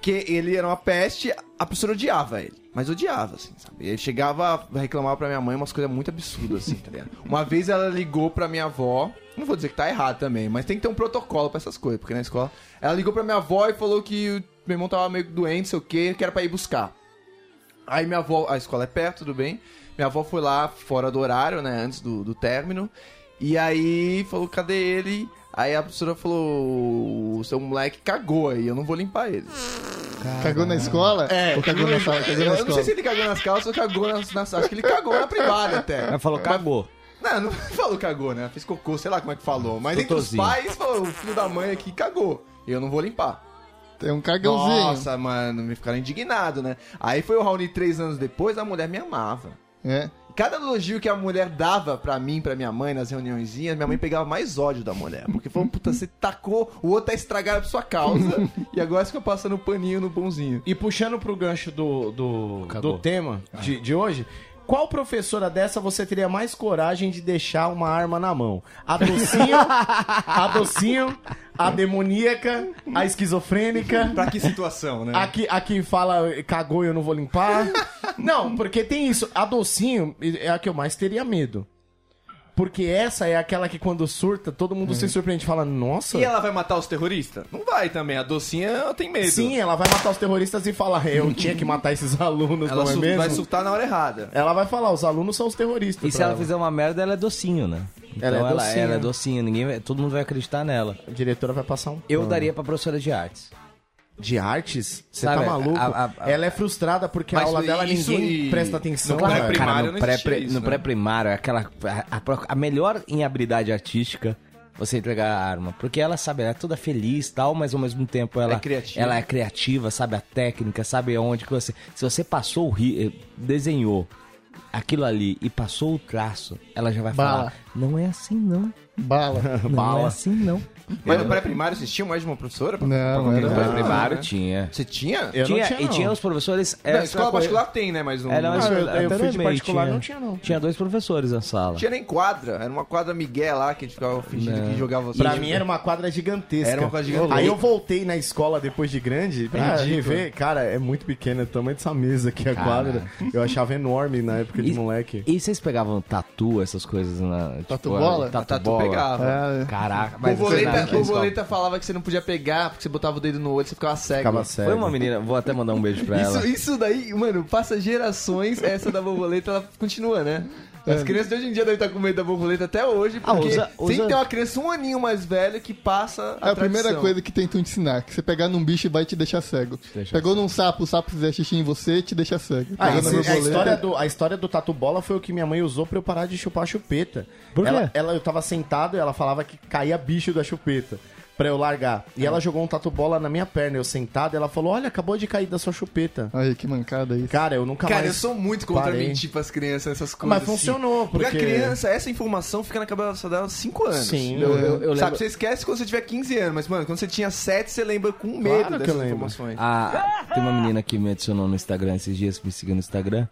Que ele era uma peste, a professora odiava ele. Mas odiava, assim, sabe? Ele chegava a reclamar pra minha mãe umas coisas muito absurdas, assim, tá ligado? Uma vez ela ligou pra minha avó. Não vou dizer que tá errado também, mas tem que ter um protocolo pra essas coisas, porque na escola. Ela ligou pra minha avó e falou que o meu irmão tava meio doente, não sei o quê, que era pra ir buscar. Aí minha avó, a escola é perto, tudo bem. Minha avó foi lá fora do horário, né? Antes do, do término. E aí falou, cadê ele? Aí a professora falou, o seu moleque cagou aí, eu não vou limpar ele. Cagou na escola? É, Ou cagou na sala? Cagou na eu não sei escola? se ele cagou nas calças ou cagou nas, nas Acho que ele cagou na privada até. Ela falou, cagou. Não, *laughs* não falou cagou, né? Fez cocô, sei lá como é que falou. Mas entre os Cocôzinho. pais, falou, o filho da mãe aqui cagou. Eu não vou limpar. É um cagãozinho. Nossa, mano, me ficaram indignado, né? Aí foi o Raoni três anos depois, a mulher me amava. É. Cada elogio que a mulher dava pra mim, pra minha mãe, nas reuniãozinhas, minha mãe pegava mais ódio da mulher. Porque falou, puta, você tacou, o outro tá estragado por sua *laughs* causa, e agora fica passando um paninho no É bonzinho. E puxando pro gancho do, do, Cagou. do tema de, de hoje, qual professora dessa você teria mais coragem de deixar uma arma na mão? A docinho, a docinho, a demoníaca, a esquizofrênica, Pra que situação, né? a que, a que fala cagou e eu não vou limpar. Não, porque tem isso. A docinho é a que eu mais teria medo. Porque essa é aquela que quando surta, todo mundo Hum. se surpreende e fala, nossa... E ela vai matar os terroristas? Não vai também, a docinha ela tem medo. Sim, ela vai matar os terroristas e falar, eu tinha que matar esses alunos, ela não é sur- mesmo? vai surtar na hora errada. Ela vai falar, os alunos são os terroristas. E se pra ela fizer uma merda, ela é docinho, né? Então Ela é ela, docinho. ela é docinho, ninguém, vai- todo mundo vai acreditar nela. A diretora vai passar um... Eu pano. daria né? pra professora de artes. De artes? Você Sabe, tá maluco? a- a- a- Ela é frustrada porque a Mas aula dela isso ninguém e- presta atenção. né? no cara. pré-primário- Cara, não no pré- existia isso, no né? pré-primário, é aquela, a, a- a melhor em habilidade artística, você entregar a arma. Porque ela sabe, ela é toda feliz e tal, mas ao mesmo tempo ela É criativa. ela é criativa, sabe a técnica, sabe onde que você... Se você passou o ri, eh, desenhou aquilo ali e passou o traço, ela já vai Bala. falar, não é assim não, Bala. *laughs* não é assim não. Mas no pré-primário vocês tinham mais de uma professora? Pra- pra Não, qualquer era... coisa? pré-primário né? tinha. Você tinha? Eu tinha, não tinha, e não. tinha os professores... Na era escola uma coisa- particular tem, né? Mas não. Era uma Não, eu- escola- eu até fiz de no meio particular, não tinha, não. Tinha dois professores na sala. Não tinha nem quadra, era uma quadra Miguel lá que a gente ficava fingindo que jogava Pra é. mim era uma quadra gigantesca. Era uma quadra gigantesca. Aí eu voltei na escola depois de grande pra Ridículo. ver, cara, é muito pequena, o tamanho dessa mesa aqui, a quadra. Eu achava enorme na época de E- moleque. E vocês pegavam tatu, essas coisas na. tipo, Tatu bola? Tatu, Tatu bola. pegava. É, Caraca, mas. Borboleta, na- na escola. borboleta falava que você não podia pegar porque você botava o dedo no olho e você ficava cego. Ficava sério. Foi uma menina, vou até mandar um beijo pra ela. Isso, isso daí, mano, passa gerações, essa da borboleta, ela continua, né? As crianças de hoje em dia devem estar com medo da borboleta até hoje, Ah, porque usa- sempre usa- tem uma criança um aninho mais velha que passa a, É a primeira tradição. coisa que tentam te ensinar, que você pegar num bicho e vai te deixar cego. Pegou num sapo, o sapo fizer xixi em você, te deixa cego. Ah, Pegou na esse- a, borboleta- história do, a história do tatu bola foi o que minha mãe usou pra eu parar de chupar a chupeta. Por quê? Ela, ela- eu tava sentado e ela falava que caía bicho da chupeta. pra eu largar. E ela jogou um tatu-bola na minha perna, eu sentado, ela falou: Olha, acabou de cair da sua chupeta. Aí, que mancada isso. Cara, eu nunca Cara, eu mais. sou muito contra parei. Ah, mentir pras crianças essas coisas. assim. Mas funcionou, Porque... porque. a criança, essa informação fica na cabeça dela há 5 anos. Sim, Eu- eu- eu- eu Sabe, você esquece quando você tiver 15 anos, mas, mano, quando você tinha 7, você lembra com medo Claro que eu dessas lembro. informações. Ah, tem uma menina que me adicionou no Instagram esses dias, me seguiu no Instagram.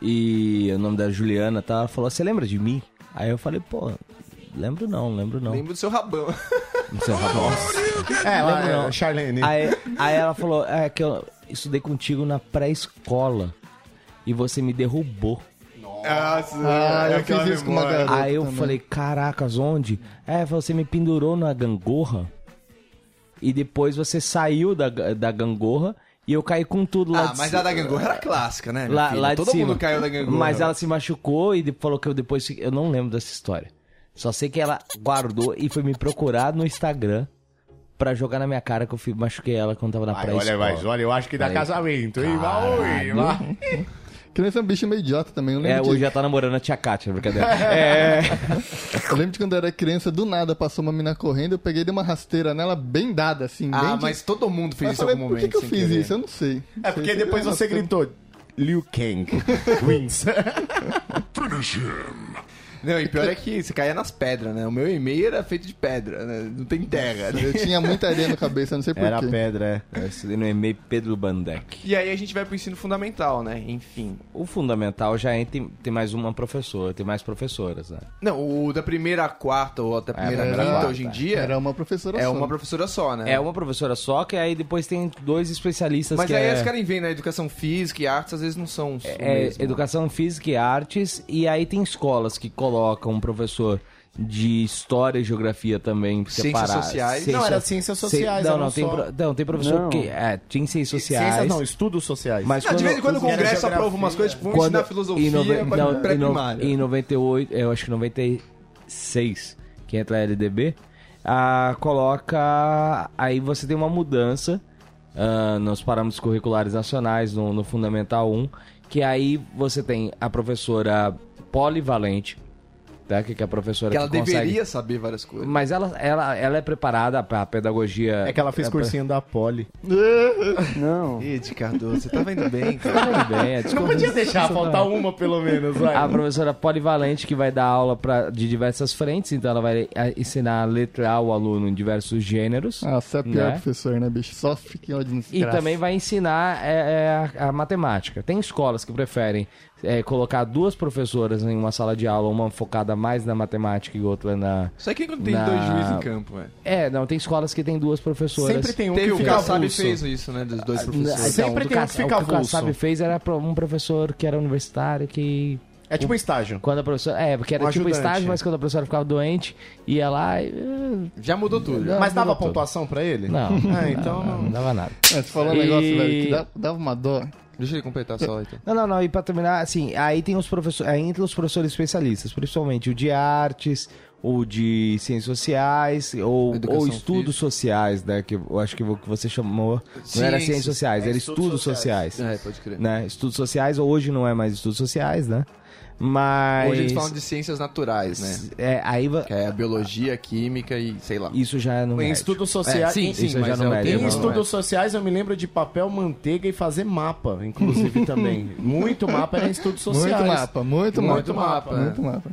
E o nome dela é Juliana, tá? Ela falou, você lembra de mim? Aí eu falei, pô, lembro não, lembro não. Lembro do seu rabão. Não sei, rapaz. É, Lembro ela, não. é, Charlene. aí, aí ela falou, é que eu estudei contigo na pré-escola e você me derrubou. Nossa, Ah, eu fiz isso com uma garota. Aí eu também. falei, caracas, onde? É, você me pendurou na gangorra e depois você saiu da, da gangorra e eu caí com tudo lá Ah, de mas cima. a da gangorra era clássica, né? minha Lá, filha? lá de Todo cima. mundo caiu da gangorra. Mas ela se machucou e de- falou que eu depois. Eu não lembro dessa história. Só sei que ela guardou e foi me procurar no Instagram pra jogar na minha cara que eu fui- machuquei ela quando tava na Ai, praia. olha, mas olha, eu acho que dá Aí. casamento, hein? Vai, Caralho. vai. Criança é um bicho meio idiota também. Eu lembro, É, de, hoje já tá namorando a tia Kátia, brincadeira. *laughs* É. eu lembro de quando eu era criança, do nada passou uma mina correndo, eu peguei e dei uma rasteira nela bem dada, assim. bem Ah, de- mas todo mundo fez Aí eu isso em falei, algum por momento. que, que eu sem fiz querer. isso? Eu não sei. É porque depois você gritou Liu Kang wins. *laughs* Não, e pior é que você caía nas pedras, né? O meu e-mail era feito de pedra, né? Não tem terra. né? Eu tinha muita areia na cabeça, eu não sei por Era quê. pedra, é. Eu estudei no e-mail Pedro Bandec. *laughs* E aí a gente vai pro ensino fundamental, né? Enfim. O fundamental já é, tem, tem mais uma professora, tem mais professoras, né? Não, o da primeira à quarta ou até a É, primeira à era- quinta hoje em dia Era uma professora é só. uma professora só, né? É uma professora só, que aí depois tem dois especialistas Mas que aí é... as caras vêm, né? Educação física e artes às vezes não são. o É, mesmo. educação física e artes, e aí tem escolas que colocam um professor de história e geografia também é Ciências separado. sociais. Não, era ciências sociais, Não, era não, um tem, só. pro- não, tem professor Não. que é, tinha ciências sociais. Ciências não, estudos sociais. mas Não, Ah, de vez em quando o quando- Congresso geografia- aprova umas coisas, tipo, vamos quando- ensinar filosofia em nove- pra não, em no- pré-primária. Em 98, é, eu acho que 96, que entra a LDB, ah, coloca. Aí você tem uma mudança ah, nos parâmetros curriculares nacionais, no, no Fundamental 1, que aí você tem a professora polivalente, tá? Que, que é a professora Que que, ela consegue. deveria saber várias coisas. Mas ela, ela, ela é preparada para a pedagogia. É que ela fez cursinho da Poli. Não. Ed, Cardoso, você tá vendo *laughs* bem, cara? Tudo bem, é Não podia deixar faltar uma, pelo menos, vai. A Ah, professora polivalente que vai dar aula pra, de diversas frentes, então ela vai eh, ensinar a letrar o aluno em diversos gêneros. Ah, você é pior Né? professor, né, bicho? Só fiquem ó, E também vai ensinar eh, eh, a, a matemática. Tem escolas que preferem eh, colocar duas professoras em uma sala de aula, uma focada mais na matemática e outra na. Só que é quando tem Na- dois juízes em campo, né? É, não, tem escolas que tem duas professoras. Sempre tem um Teve que o fica Kassab avulso. fez isso, né? Dos dois Então, professores. Sempre do tem um Kassab- que fica O que o Kassab avulso. fez era pra um professor que era universitário que É tipo um estágio. Quando a professora. É, porque era Um tipo ajudante. estágio, mas quando a professora ficava doente, ia lá e. eh, Já mudou tudo. já. Mas dava mudou tudo. pontuação pra ele? *laughs* Não. É, então não, não dava nada. Você falou um negócio, E- velho, que dá- dava uma dó. Deixa ele completar só, então. Não, não, não. E pra terminar, assim, aí tem os professores. Aí entram os professores especialistas, principalmente o de artes, o de ciências sociais, ou, Educação ou estudos física. sociais, né? Que eu acho que o que você chamou. Não era Ciências. ciências sociais, era estudos estudos sociais. sociais. É, pode crer. Né? Estudos sociais, hoje não é mais estudos sociais, né? Mas. Hoje eles falam de ciências naturais, né? é, aí va- Que é a biologia, a química e sei lá. isso já não Em é. estudos sociais. sim, em- sim, isso mas já é não o é. Em tema, não estudos sociais eu me lembro de papel, manteiga e fazer mapa, inclusive também. Muito mapa era em estudos sociais. Muito mapa, muito, Muito mapa. mapa, né? Muito mapa.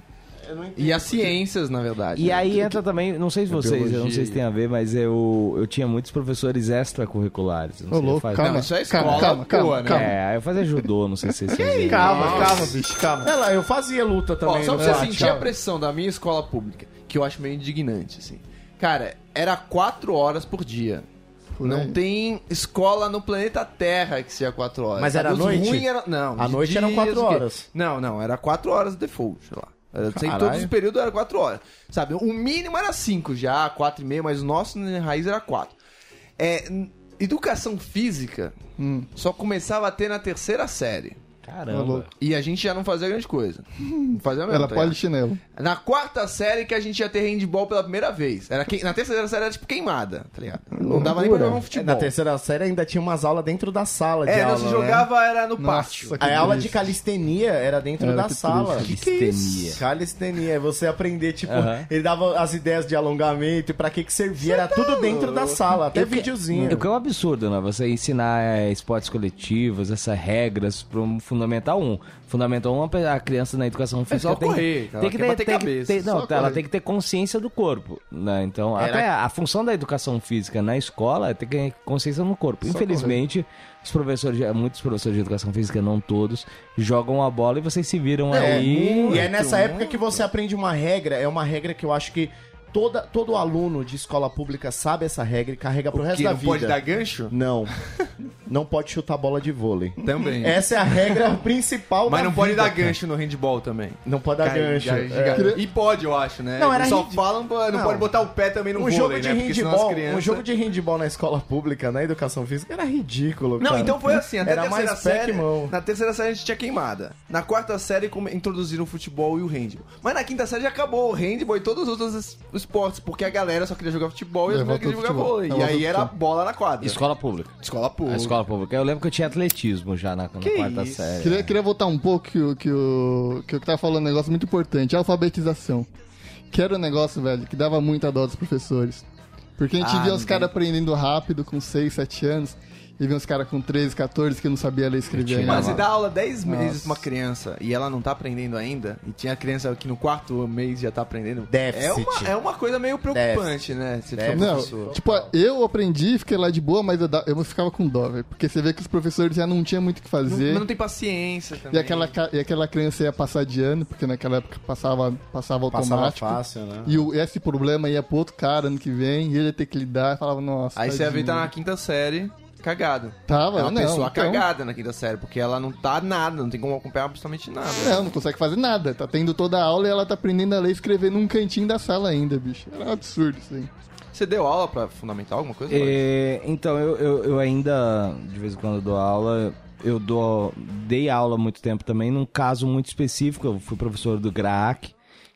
E as ciências, na verdade. E né? aí entra também, não sei se vocês, eu não biologia sei se tem a ver, mas eu, eu tinha muitos professores extracurriculares. Não Ô, sei louco, faz- calma. Não, isso é escola calma, calma, boa, calma, né? calma. É, aí eu fazia judô, não sei se vocês lembram. Calma, calma, bicho, calma. Ela, É eu fazia luta Ó, também. só no pra você pátio. sentir a pressão da minha escola pública, que eu acho meio indignante, assim. Cara, era quatro horas por dia. Por não aí. tem escola no planeta Terra que seja quatro horas. Mas era Os à noite? ruins era- Não. À de noite eram dias, quatro o quê? horas. Não, não. Era quatro horas default, sei lá. Era, sempre, Caralho. todos os períodos eram quatro horas. Sabe, o mínimo era cinco já, quatro e meia, mas o nosso na raiz era quatro. Hum. É, n- educação física só começava a ter na terceira série. Ô, Caramba. louco. E a gente já não fazia grande coisa. Não fazia mesmo. Era tá ligado? polichinelo. Na quarta série que a gente ia ter handball pela primeira vez. Era que... Na terceira série era tipo queimada, tá ligado? Não dava nem pra jogar um futebol. É, Na terceira série ainda tinha umas aulas dentro da sala de É, aula, não se né? jogava, era no pátio. Nossa, que A aula de delícia. calistenia era dentro Era da que sala. triste. Calistenia. Calistenia, é você aprender, tipo, Aham. ele dava as ideias de alongamento e pra que que servia, era Então, tudo dentro da sala, até Eu que- videozinho. O que é um absurdo, né? Você ensinar eh, esportes coletivos, essas regras para um Fundamental 1. Fundamental 1, a criança na educação física só tem, correr, tem ela que quer ter, bater tem que cabeça, ter- não, só ela correr. tem que ter consciência do corpo, né? Então, até a função da educação física na escola é ter que- consciência no corpo. Infelizmente, os professores, de- muitos professores de educação física, não todos, jogam a bola e vocês se viram É, aí. e é nessa época que você aprende uma regra, é uma regra que eu acho que toda, todo aluno de escola pública sabe essa regra e carrega pro resto Que da não vida. pode dar gancho? *laughs* Não. não pode chutar bola de vôlei. Também. Essa é a regra principal Mas da não pode vida, dar cara. gancho no handball também. Não pode dar Cai- gancho. cai de é. gancho. E pode, eu acho, né? Não, era Eles Só hand- falam, pô, não, Não. pode botar o pé também no um vôlei, jogo de né? Porque senão as handball, crianças... um jogo de handball na escola pública, na educação física, era ridículo, Não, cara. então foi assim, até Era a terceira mais pé série. que mão. Na terceira série a gente tinha queimada. Na quarta série come- introduziram o futebol e o handball. Mas na quinta série já acabou o handball e todos os outros es- esportes, porque a galera só queria jogar futebol e as É, meninas voltou queriam jogar futebol. vôlei. É, E voltou aí era futebol. bola na quadra. Escola pública. Escola A pública. escola pública. Eu lembro que eu tinha atletismo já na, na quarta série. Queria, queria voltar um pouco que o que o que o que tava falando um negócio muito importante, a alfabetização. Que era um negócio, velho, que dava muita dó dos professores. Porque a gente Ah, via os caras aprendendo rápido com 6, 7 anos, e via os caras com 13, 14 que não sabia ler e escrever ainda. Mas você dá aula 10 meses Nossa. pra uma criança e ela não tá aprendendo ainda, e tinha criança que no quarto mês já tá aprendendo. Déficit. É uma, é uma coisa meio preocupante, né? Se for Não, professor. tipo, eu aprendi, fiquei lá de boa, mas eu, da- eu ficava com dó, velho. Porque você vê que os professores já não tinham muito o que Não- fazer. mas não tem paciência e, também. aquela, ca- e aquela criança ia passar de ano, porque naquela época passava, passava automático. Passava fácil, né? E o, esse problema ia pro outro cara ano que vem, e ele ia ter que lidar, e falava, nossa. Aí você ia ver tadinho. tá na quinta série, cagado. Tava, é uma não, pessoa então- cagada na quinta série, porque ela não tá nada, não tem como acompanhar absolutamente nada. Não, não consegue fazer nada. Tá tendo toda a aula e ela tá aprendendo a ler e escrever num cantinho da sala ainda, bicho. Era um absurdo isso aí. Você deu aula pra fundamental, alguma coisa? É, então, eu, eu, eu ainda, de vez em quando, dou aula. Eu dou, dei aula há muito tempo também, num caso muito específico. Eu fui professor do GRAAC,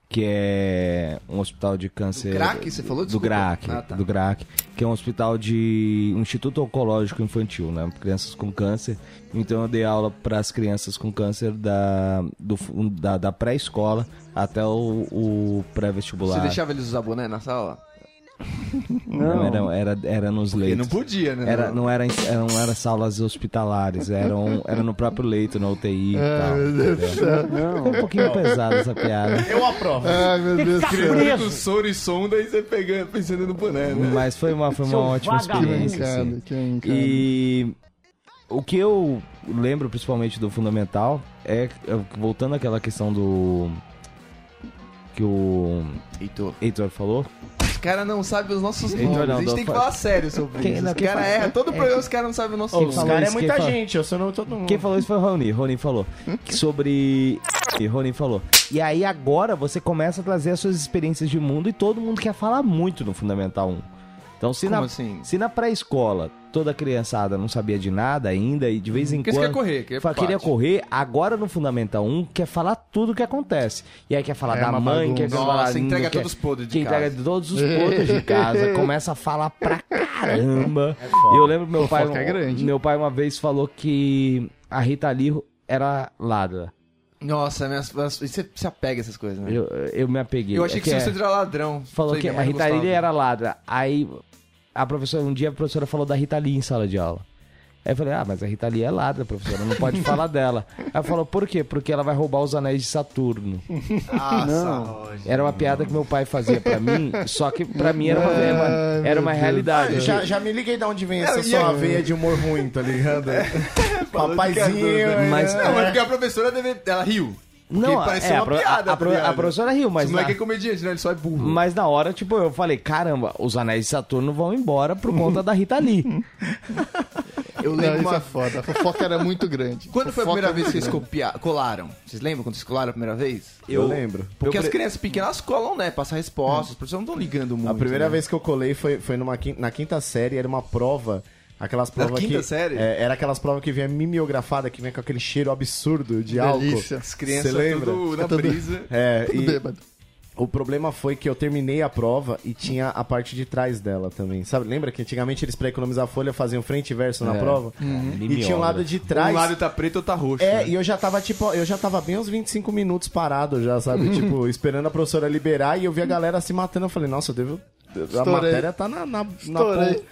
que é um hospital de câncer. GRAAC, você falou? Do Desculpa. GRAAC, Ah, tá. do GRAAC, que é um hospital de. um Instituto Oncológico Infantil, né? Crianças com câncer. Então, eu dei aula para as crianças com câncer da, do fu- da, da pré-escola até o, o Você pré-vestibular. deixava eles usar boné na sala? Não, era, era, era nos Ele leitos. não podia, né? Era, não, era, em- era- não era salas hospitalares, eram, era no próprio leito, na UTI e Ai, tal. meu Deus do céu. Ficou um pouquinho pesada essa piada. Eu aprovo. Ai, meu Deus do céu. Com soro e sonda e você pegando, pensando no boné, né? Mas foi uma, foi uma ótima Que experiência. assim. mancada, que mancada. E o que eu lembro principalmente do fundamental é, é- voltando àquela questão do que o Heitor. Heitor falou. Os caras não sabem os nossos Heitor, nomes. não, a gente não, tem que fala- falar sério sobre Então, Quem- isso. não, os quem caras fala- erram todo é- o programa, os caras não sabem o nosso Quem nome. Os falou caras é isso, muita quem fala- gente, eu sou não todo mundo. Quem falou isso foi o Rony. Rony falou Hum? que sobre. E Rony falou. E aí agora você começa a trazer as suas experiências de mundo e todo mundo quer falar muito no Fundamental 1. Então, se Como na, assim? se na pré-escola toda criançada não sabia de nada ainda e de vez em Porque você quando. quer é correr, quer fa- queria correr, agora no Fundamental 1 quer falar tudo o que acontece. E aí quer falar É da uma mãe, quer bagunça. falar. Nossa, entrega não quer- todos os podres de que é entrega casa. todos os podres de casa, começa a falar pra caramba. É e eu lembro meu pai, um, Fofoca é grande. meu pai uma vez falou que a Rita Lee era ladra. Nossa, minhas, minhas- você se apega a essas coisas, né? Eu, eu me apeguei. Eu achei É que, é- você era ladrão. "É, falou Sei, que minha a mãe Rita né? gostava. Lee era ladra. Aí a professora um dia a professora falou da Rita Lee em sala de aula. Aí eu falei, ah, mas a Rita Lee é ladra, professora, não pode falar dela. Aí ela falou, por quê? Porque ela vai roubar os anéis de Saturno. *laughs* Era uma piada que meu pai fazia pra mim, só que pra mim era uma, era uma, era uma realidade. Já, já me liguei de onde vem essa e sua aí? veia de humor ruim, tá ligado? *laughs* Falou de Papazinho. é. Cardoso, né? Mas- Não, mas porque a professora deve. Ela riu. Porque Não, pareceu é, uma a, pro- a- piada. a pro- tá ligado? a professora riu, mas Esse moleque na, é comediante, né? Ele só é burro. mas na hora, tipo, eu falei, caramba, os anéis de Saturno vão embora por conta da Rita *laughs* Lee. Eu Não, lembro isso é uma. foda. A fofoca era muito grande. Quando foi a Fofoca primeira era vez que muito vocês copia- colaram? Vocês lembram quando vocês colaram a primeira vez? Eu, lembro. Porque Eu as pre- crianças pequenas colam, né? Passar respostas, os professores não estão ligando muito. A primeira né? vez que eu colei foi, foi numa quinta, na quinta série, era uma prova Aquelas provas quinta que. série? É, era aquelas provas que vinha mimeografada, que vinha com aquele cheiro absurdo de álcool. Delícia. As crianças crianças tudo tudo na brisa. É, Tudo e bêbado. o problema foi que eu terminei a prova e tinha a parte de trás dela também. Sabe, lembra que antigamente eles, pra economizar folha, faziam frente e verso na prova? E tinha um lado de trás. Um lado tá preto, outro tá roxo. É, né? e eu já tava, tipo, eu já tava bem uns 25 minutos parado já, sabe? tipo, esperando a professora liberar e eu vi a galera se matando. Eu falei, nossa, eu devo. A Estourei. matéria tá na, na, na Estourei. ponta.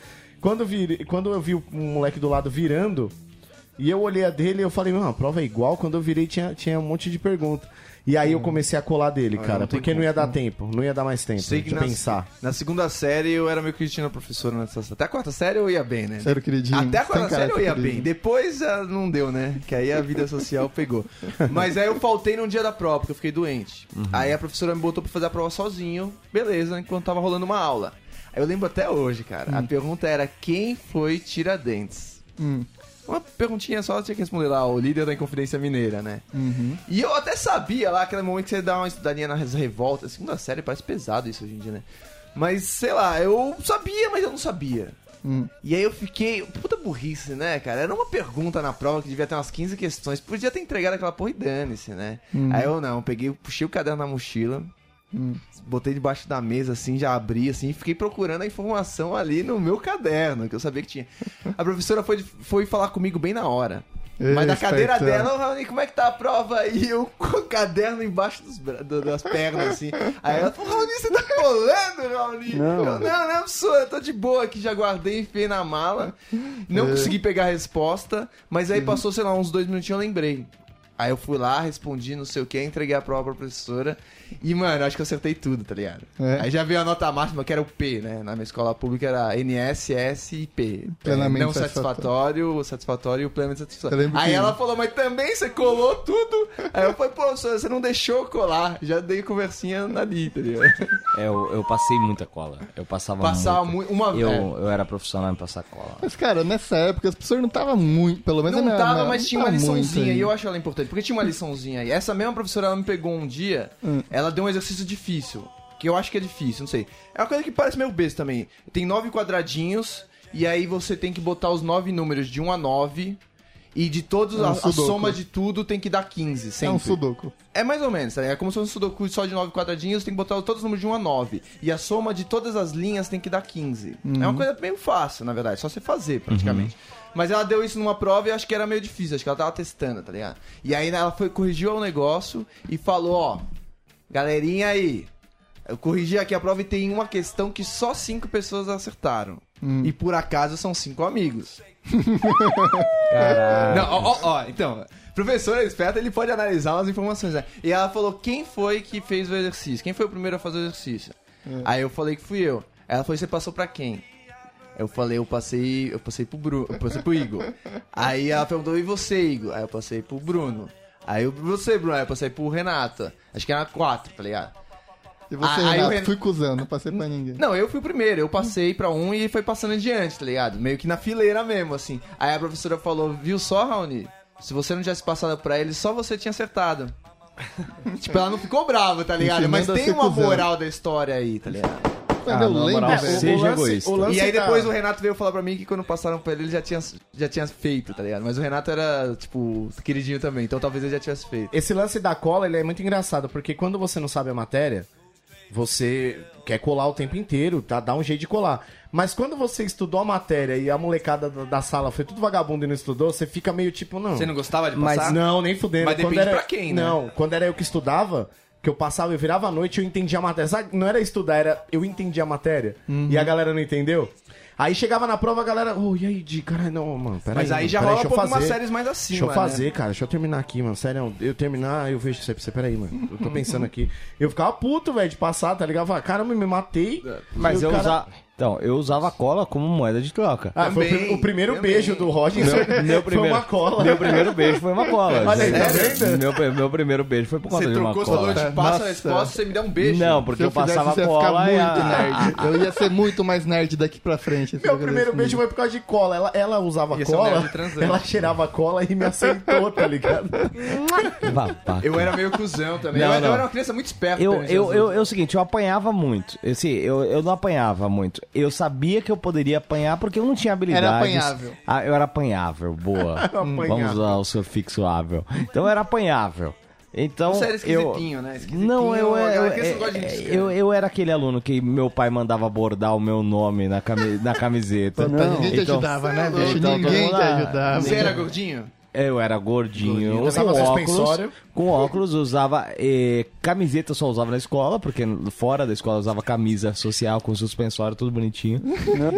Quando, eu vi- quando eu vi o um moleque do lado virando, e eu olhei a dele e eu falei, mano, a prova é igual. Quando eu virei, tinha, tinha um monte de pergunta. E aí eu comecei a colar dele, cara, porque não ia dar tempo, não ia dar mais tempo Sei que de na, pensar. na segunda série eu era meio queridinho na professora nessa Até a quarta série eu ia bem, né? Sério, queridinho. Até a quarta Tem um série eu ia caráter, bem. queridinho. Depois ah, não deu, né? Que aí a vida social pegou. Mas aí eu faltei num dia da prova, porque eu fiquei doente. Aí a professora me botou pra fazer a prova sozinho, beleza, enquanto tava rolando uma aula. Aí eu lembro até hoje, cara. A pergunta era: quem foi Tiradentes? Hum. Uma perguntinha só, eu tinha que responder lá, o líder da Inconfidência Mineira, né? Uhum. E eu até sabia lá, aquele momento que você dá uma estudadinha nas revoltas. Segunda série parece pesado isso hoje em dia, né? Mas, sei lá, eu sabia, mas eu não sabia. Hum. E aí eu fiquei. Puta burrice, né, cara? Era uma pergunta na prova que devia ter umas 15 questões. Podia ter entregado aquela porra e dane-se, né? Uhum. Aí eu não, peguei, puxei o caderno na mochila, botei debaixo da mesa, assim, já abri, assim, e fiquei procurando a informação ali no meu caderno, que eu sabia que tinha. A professora foi, foi falar comigo bem na hora. Mas da Eita, cadeira então. dela, "Ô, Raoni, como é que tá a prova? aí eu *laughs* com o caderno embaixo dos bra- do- das pernas, assim. Aí ela falou, Raoni, você tá colando, Raoni? Não. Eu, não, não, professora, eu tô de boa aqui, já guardei, enfiei na mala. Não consegui pegar a resposta, mas aí passou, sei lá, uns dois minutinhos eu lembrei. Aí eu fui lá, respondi, não sei o que, entreguei a prova pra professora. E, mano, acho que eu acertei tudo, tá ligado? É. Aí já veio a nota máxima, que era o P, né? Na minha escola pública era NS, S e P. Plenamente não satisfatório, satisfatório e o plenamente Eu satisfatório. lembro Aí que- ela falou, mas também você colou tudo. Aí eu falei, pô, professora, você não deixou eu colar. Já dei conversinha ali, tá ligado? É, eu, eu passei muita cola. Eu passava Passava muita. muito. Uma Eu, vez. eu era profissional em passar cola. Mas, cara, nessa época as pessoas não estavam muito, pelo menos Não na- tava, na- mas é não tinha uma tava muito liçãozinha aí. e eu acho ela importante. Porque tinha uma liçãozinha aí. Essa mesma professora, ela me pegou um dia, Hum. ela deu um exercício difícil. Que eu acho que é difícil, não sei. É uma coisa que parece meio besta também. Tem nove quadradinhos, e aí você tem que botar os nove números de 1 a 9. E de todos, É um a, a sudoku. soma de tudo tem que dar 15, É sempre. um sudoku. É mais ou menos, tá ligado? É como se fosse um sudoku só de 9 quadradinhos, tem que botar todos os números de 1 a 9. E a soma de todas as linhas tem que dar 15. É uma coisa meio fácil, na verdade, só você fazer praticamente. Mas ela deu isso numa prova e eu acho que era meio difícil, acho que ela tava testando, tá ligado? E aí ela foi, corrigiu o negócio e falou, ó, galerinha aí, eu corrigi aqui a prova e tem uma questão que só cinco pessoas acertaram. E por acaso são cinco amigos. Não, ó, ó, ó, então, professor esperto, ele pode analisar as informações, né? E ela falou, quem foi que fez o exercício? Quem foi o primeiro a fazer o exercício? Aí eu falei que fui eu. Ela falou, você passou pra quem? Eu falei, eu passei, eu passei pro Bruno, eu passei pro Igor. Aí ela perguntou, e você, Igor? Aí eu passei pro Bruno. Aí eu, você, Bruno, aí eu passei pro Renato. Acho que era quatro, tá ligado? E Ah, você, aí o Renato, Ren- fui cuzão, não passei pra ninguém. Não, eu fui o primeiro, eu passei pra um e foi passando adiante, tá ligado? Meio que na fileira mesmo, assim. Aí a professora falou, viu só, Raoni? Se você não tivesse passado pra ele, só você tinha *laughs* acertado. tipo, ela não ficou brava, tá ligado? Mas Ensinando a tem ser uma cuzão. moral da história aí, tá ligado? Mas eu lembro, velho. seja egoísta. E tá- aí depois o Renato veio falar pra mim que quando passaram pra ele, ele já tinha, já tinha feito, tá ligado? Mas o Renato era, tipo, queridinho também, então talvez ele já tivesse feito. Esse lance da cola, ele é muito engraçado, porque quando você não sabe a matéria, você quer colar o tempo inteiro, tá? Dá um jeito de colar. Mas quando você estudou a matéria e a molecada da, da sala foi tudo vagabundo e não estudou, você fica meio tipo, não. Você não gostava de Mas passar? não, nem fudendo. Mas Quando depende era- pra quem, né? Não, quando era eu que estudava, que eu passava, eu virava a noite, eu entendia a matéria. Sabe, não era estudar, era eu entendia a matéria. Uhum. E a galera não entendeu. Aí chegava na prova, a galera, ô, e aí, de caralho, não, mano, peraí. Mas aí já rola peraí, deixa um eu pouco umas fazer. séries mais acima, Deixa eu né? fazer, cara. Deixa eu terminar aqui, mano. Sério, eu terminar, eu vejo isso aí pra você. Peraí, mano. Eu tô pensando aqui. Eu ficava puto, velho, de passar, tá ligado? Eu falava, Caramba, me matei. É. Mas E o eu cara- usava. Então, eu usava cola como moeda de troca. Ah, foi o Também, prim- o primeiro também. beijo do Roger. Meu, Foi uma cola. Meu primeiro beijo foi uma cola. Olha aí, tá Meu- meu, meu primeiro beijo foi por conta Você de uma trocou, falou, cola. eu te passo Nossa. a resposta, você me dá um beijo. Não, Se porque eu, eu fizesse, passava você ia ficar cola e muito a... nerd. Eu ia ser muito mais nerd daqui pra frente. assim, Meu primeiro beijo foi por causa de cola. Ela, ela usava Ia ser um cola, nerd transante. ela cheirava cola e me aceitou, tá ligado? Babaca. Eu era meio cuzão também. Não, eu, era- eu não. era uma criança muito esperta. Eu, também, eu, Jesus. eu, eu, é o seguinte, eu apanhava muito. Assim, eu, eu não apanhava muito. eu sabia que eu poderia apanhar porque eu não tinha habilidades. Era apanhável. Ah, eu era apanhável, boa. Hum, Vamos usar o sufixo ável. Então eu era apanhável. Então, Você era eu, esquisitinho, né? Esquisitinho, não, eu, aquela eu, criança não gosta de gente eu, eu, era aquele aluno que meu pai mandava bordar o meu nome na, cami- na camiseta. Ninguém te Então, ajudava, né, então, bicho? todo Ninguém mundo te lá. ajudava. Você era gordinho? Eu era gordinho, Gordinho, com usava óculos, suspensório. com óculos, usava eh, camiseta, só usava na escola, porque fora da escola usava camisa social com suspensório, tudo bonitinho.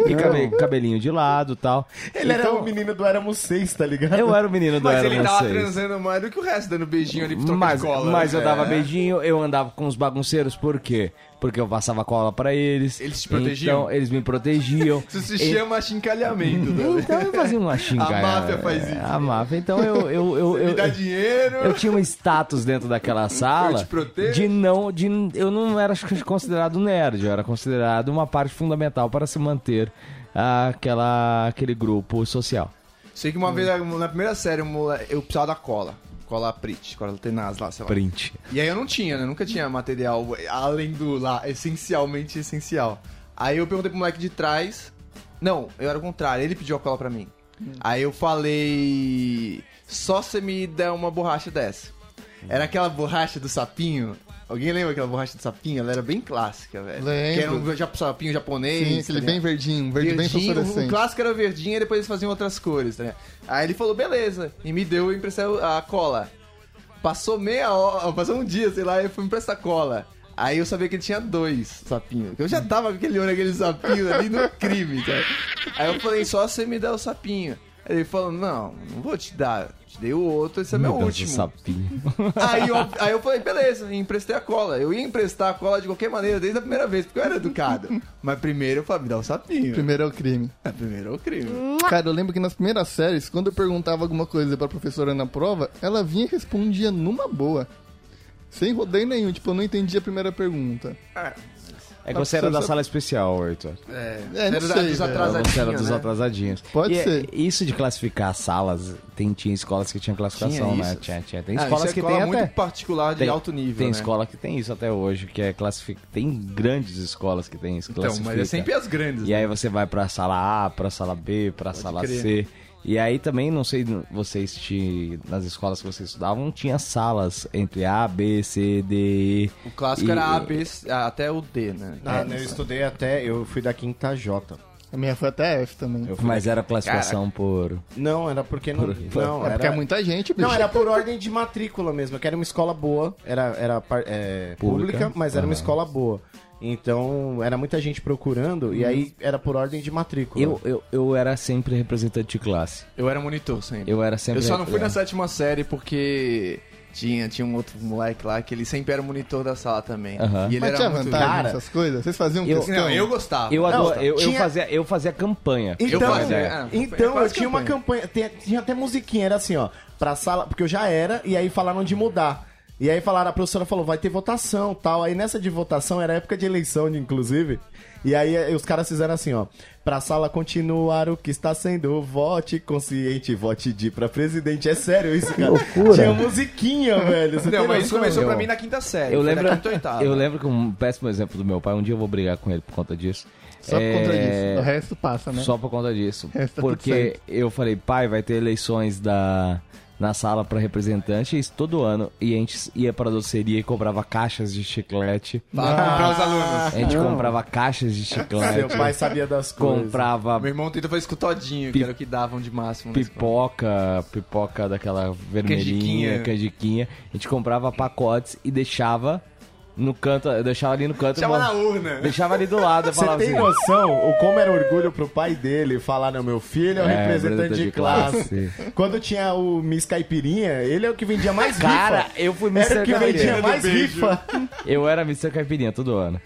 E cabe- cabelinho de lado e tal. *laughs* Ele era o Então, menino do Éramos Seis, tá ligado? Eu era o menino do Mas Era ele tava Vocês. transando mais do que o resto, dando beijinho ali pro troca Mas, de cola. mas eu né? dava beijinho, eu andava com os bagunceiros, por quê? Porque eu passava cola pra eles. Eles te protegiam? Então, eles me protegiam. Isso *laughs* se chama achincalhamento, *laughs* né? Então eu fazia uma xingada. A máfia faz isso. né? A máfia. Então eu. eu, eu, eu, Me dá dinheiro. eu tinha um status dentro daquela Eu te sala protejo. de não. De, eu não era considerado nerd, eu era considerado uma parte fundamental para se manter aquela, aquele grupo social. Sei que uma vez, na primeira série, eu, mole- eu precisava da cola. Cola Prit, cola tenaz lá, sei lá. Print. E aí eu não tinha, né? Eu nunca tinha material além do lá, essencialmente essencial. Aí eu perguntei pro moleque de trás. Não, eu era o contrário, ele pediu a cola pra mim. Aí eu falei. Só você me der uma borracha dessa. Hum. Era aquela borracha do sapinho. Alguém lembra aquela borracha do sapinho? Ela era bem clássica, velho. Que era Lembro. um ja- sapinho japonês. Sim, tá aquele ligado? bem verdinho, um verde bem verdinho, O fosforescente. clássico era verdinho e depois eles faziam outras cores, né? Aí ele falou, beleza. E me deu emprestou a cola. Passou meia hora, passou um dia, sei lá, e foi me emprestar cola. Aí eu sabia que ele tinha dois sapinhos. Eu já tava com aquele olho, aquele sapinho ali *laughs* no crime, cara. Aí eu falei, só você me dá o sapinho. Aí Ele falou, não, não vou te dar. Te dei o outro, esse é meu, Deus, último. o sapinho. *laughs* Aí eu, aí eu falei, beleza, e emprestei a cola. Eu ia emprestar a cola de qualquer maneira desde a primeira vez, porque eu era educado. *laughs* Mas primeiro eu falei, me dá o sapinho. Primeiro é o crime. É, primeiro é o crime. *laughs* Cara, eu lembro que nas primeiras séries, quando eu perguntava alguma coisa pra professora na prova, ela vinha e respondia numa boa. Sem rodeio nenhum, tipo, eu não entendi a primeira pergunta. É que você era da sala especial, Arthur. É, não Era da- sei, dos velho. atrasadinhos, Você era dos né? atrasadinhos. Pode E é- ser. Isso de classificar salas, tem, tinha escolas que tinham classificação, Tinha né? isso. Tinha, tinha. Tem Ah, escolas isso é que escola tem muito até. particular de Tem, alto nível, tem né? escola que tem isso até hoje, que é classific... Tem grandes escolas que tem isso. Então, mas é sempre as grandes. E aí você vai pra sala A, pra sala B, pra sala C. E aí também, não sei, vocês te, nas escolas que vocês estudavam, tinha salas entre A, B, C, D, E. O clássico é- E- era A, B, C, ah, até o D, né? Ah, eu estudei até, eu fui da quinta J. A minha foi até F também. É Mas era classificação por... Não, era porque não. não, É era, porque é muita gente, bicho. não, era por ordem de matrícula mesmo, que era uma escola boa, era, era par- é, Pública. pública. mas era uma escola boa. Então, era muita gente procurando, Uhum. e aí era por ordem de matrícula. Eu, eu, eu era sempre representante de classe. Eu era monitor sempre. Eu era sempre. Eu só não fui na nessa. sétima série porque tinha, tinha um outro moleque lá que ele sempre era monitor da sala também. Aham. E ele Mas era tinha muito... vantagem Cara, nessas coisas? Vocês faziam eu- questão? Não, eu gostava. Eu, adoro- eu, eu tinha- fazia, eu fazia campanha. Então, Eu fazia, é. então Faz eu tinha uma campanha, tem- tinha até musiquinha, era assim, ó, pra sala, porque eu já era, e aí falaram de mudar. E aí falaram, a professora falou, vai ter votação tal. Aí nessa de votação, era época de eleição, né, inclusive. E aí eh, os caras fizeram assim, ó. Pra sala continuar o que está sendo, vote consciente, vote de pra presidente. É sério isso, cara. Tinha musiquinha, velho. Você Não, tem mas isso noção? começou pra Eu- mim é, na quinta série. Eu foi lembro, Da quinta ou oitava. eu lembro que um péssimo exemplo do meu pai, um dia eu vou brigar com ele por conta disso. Só por conta É, disso. O resto passa, né? Só por conta disso. É, tá tudo porque certo. eu falei, pai, vai ter eleições da, na sala pra representantes todo ano. E a gente ia pra doceria e comprava caixas de chiclete. Pra comprar os alunos. A gente comprava caixas de chiclete. Seu pai sabia das coisas. comprava Meu irmão tentou fazer isso com o Todinho, que era o que davam de máximo na escola. pipoca, pipoca daquela vermelhinha, Canjiquinha. canjiquinha. A gente comprava pacotes e deixava no canto, eu deixava ali no canto. Chama mas- na urna. Deixava ali do lado, eu Você falava tem assim. noção o como era orgulho pro pai dele falar, não, meu filho é o É, representante de, de classe. classe. *laughs* Quando tinha o Miss Caipirinha, ele é o que vendia mais Cara, rifa. eu fui Era Mr. o que vendia Caipirinha. mais rifa. Eu era Mr. Caipirinha todo ano.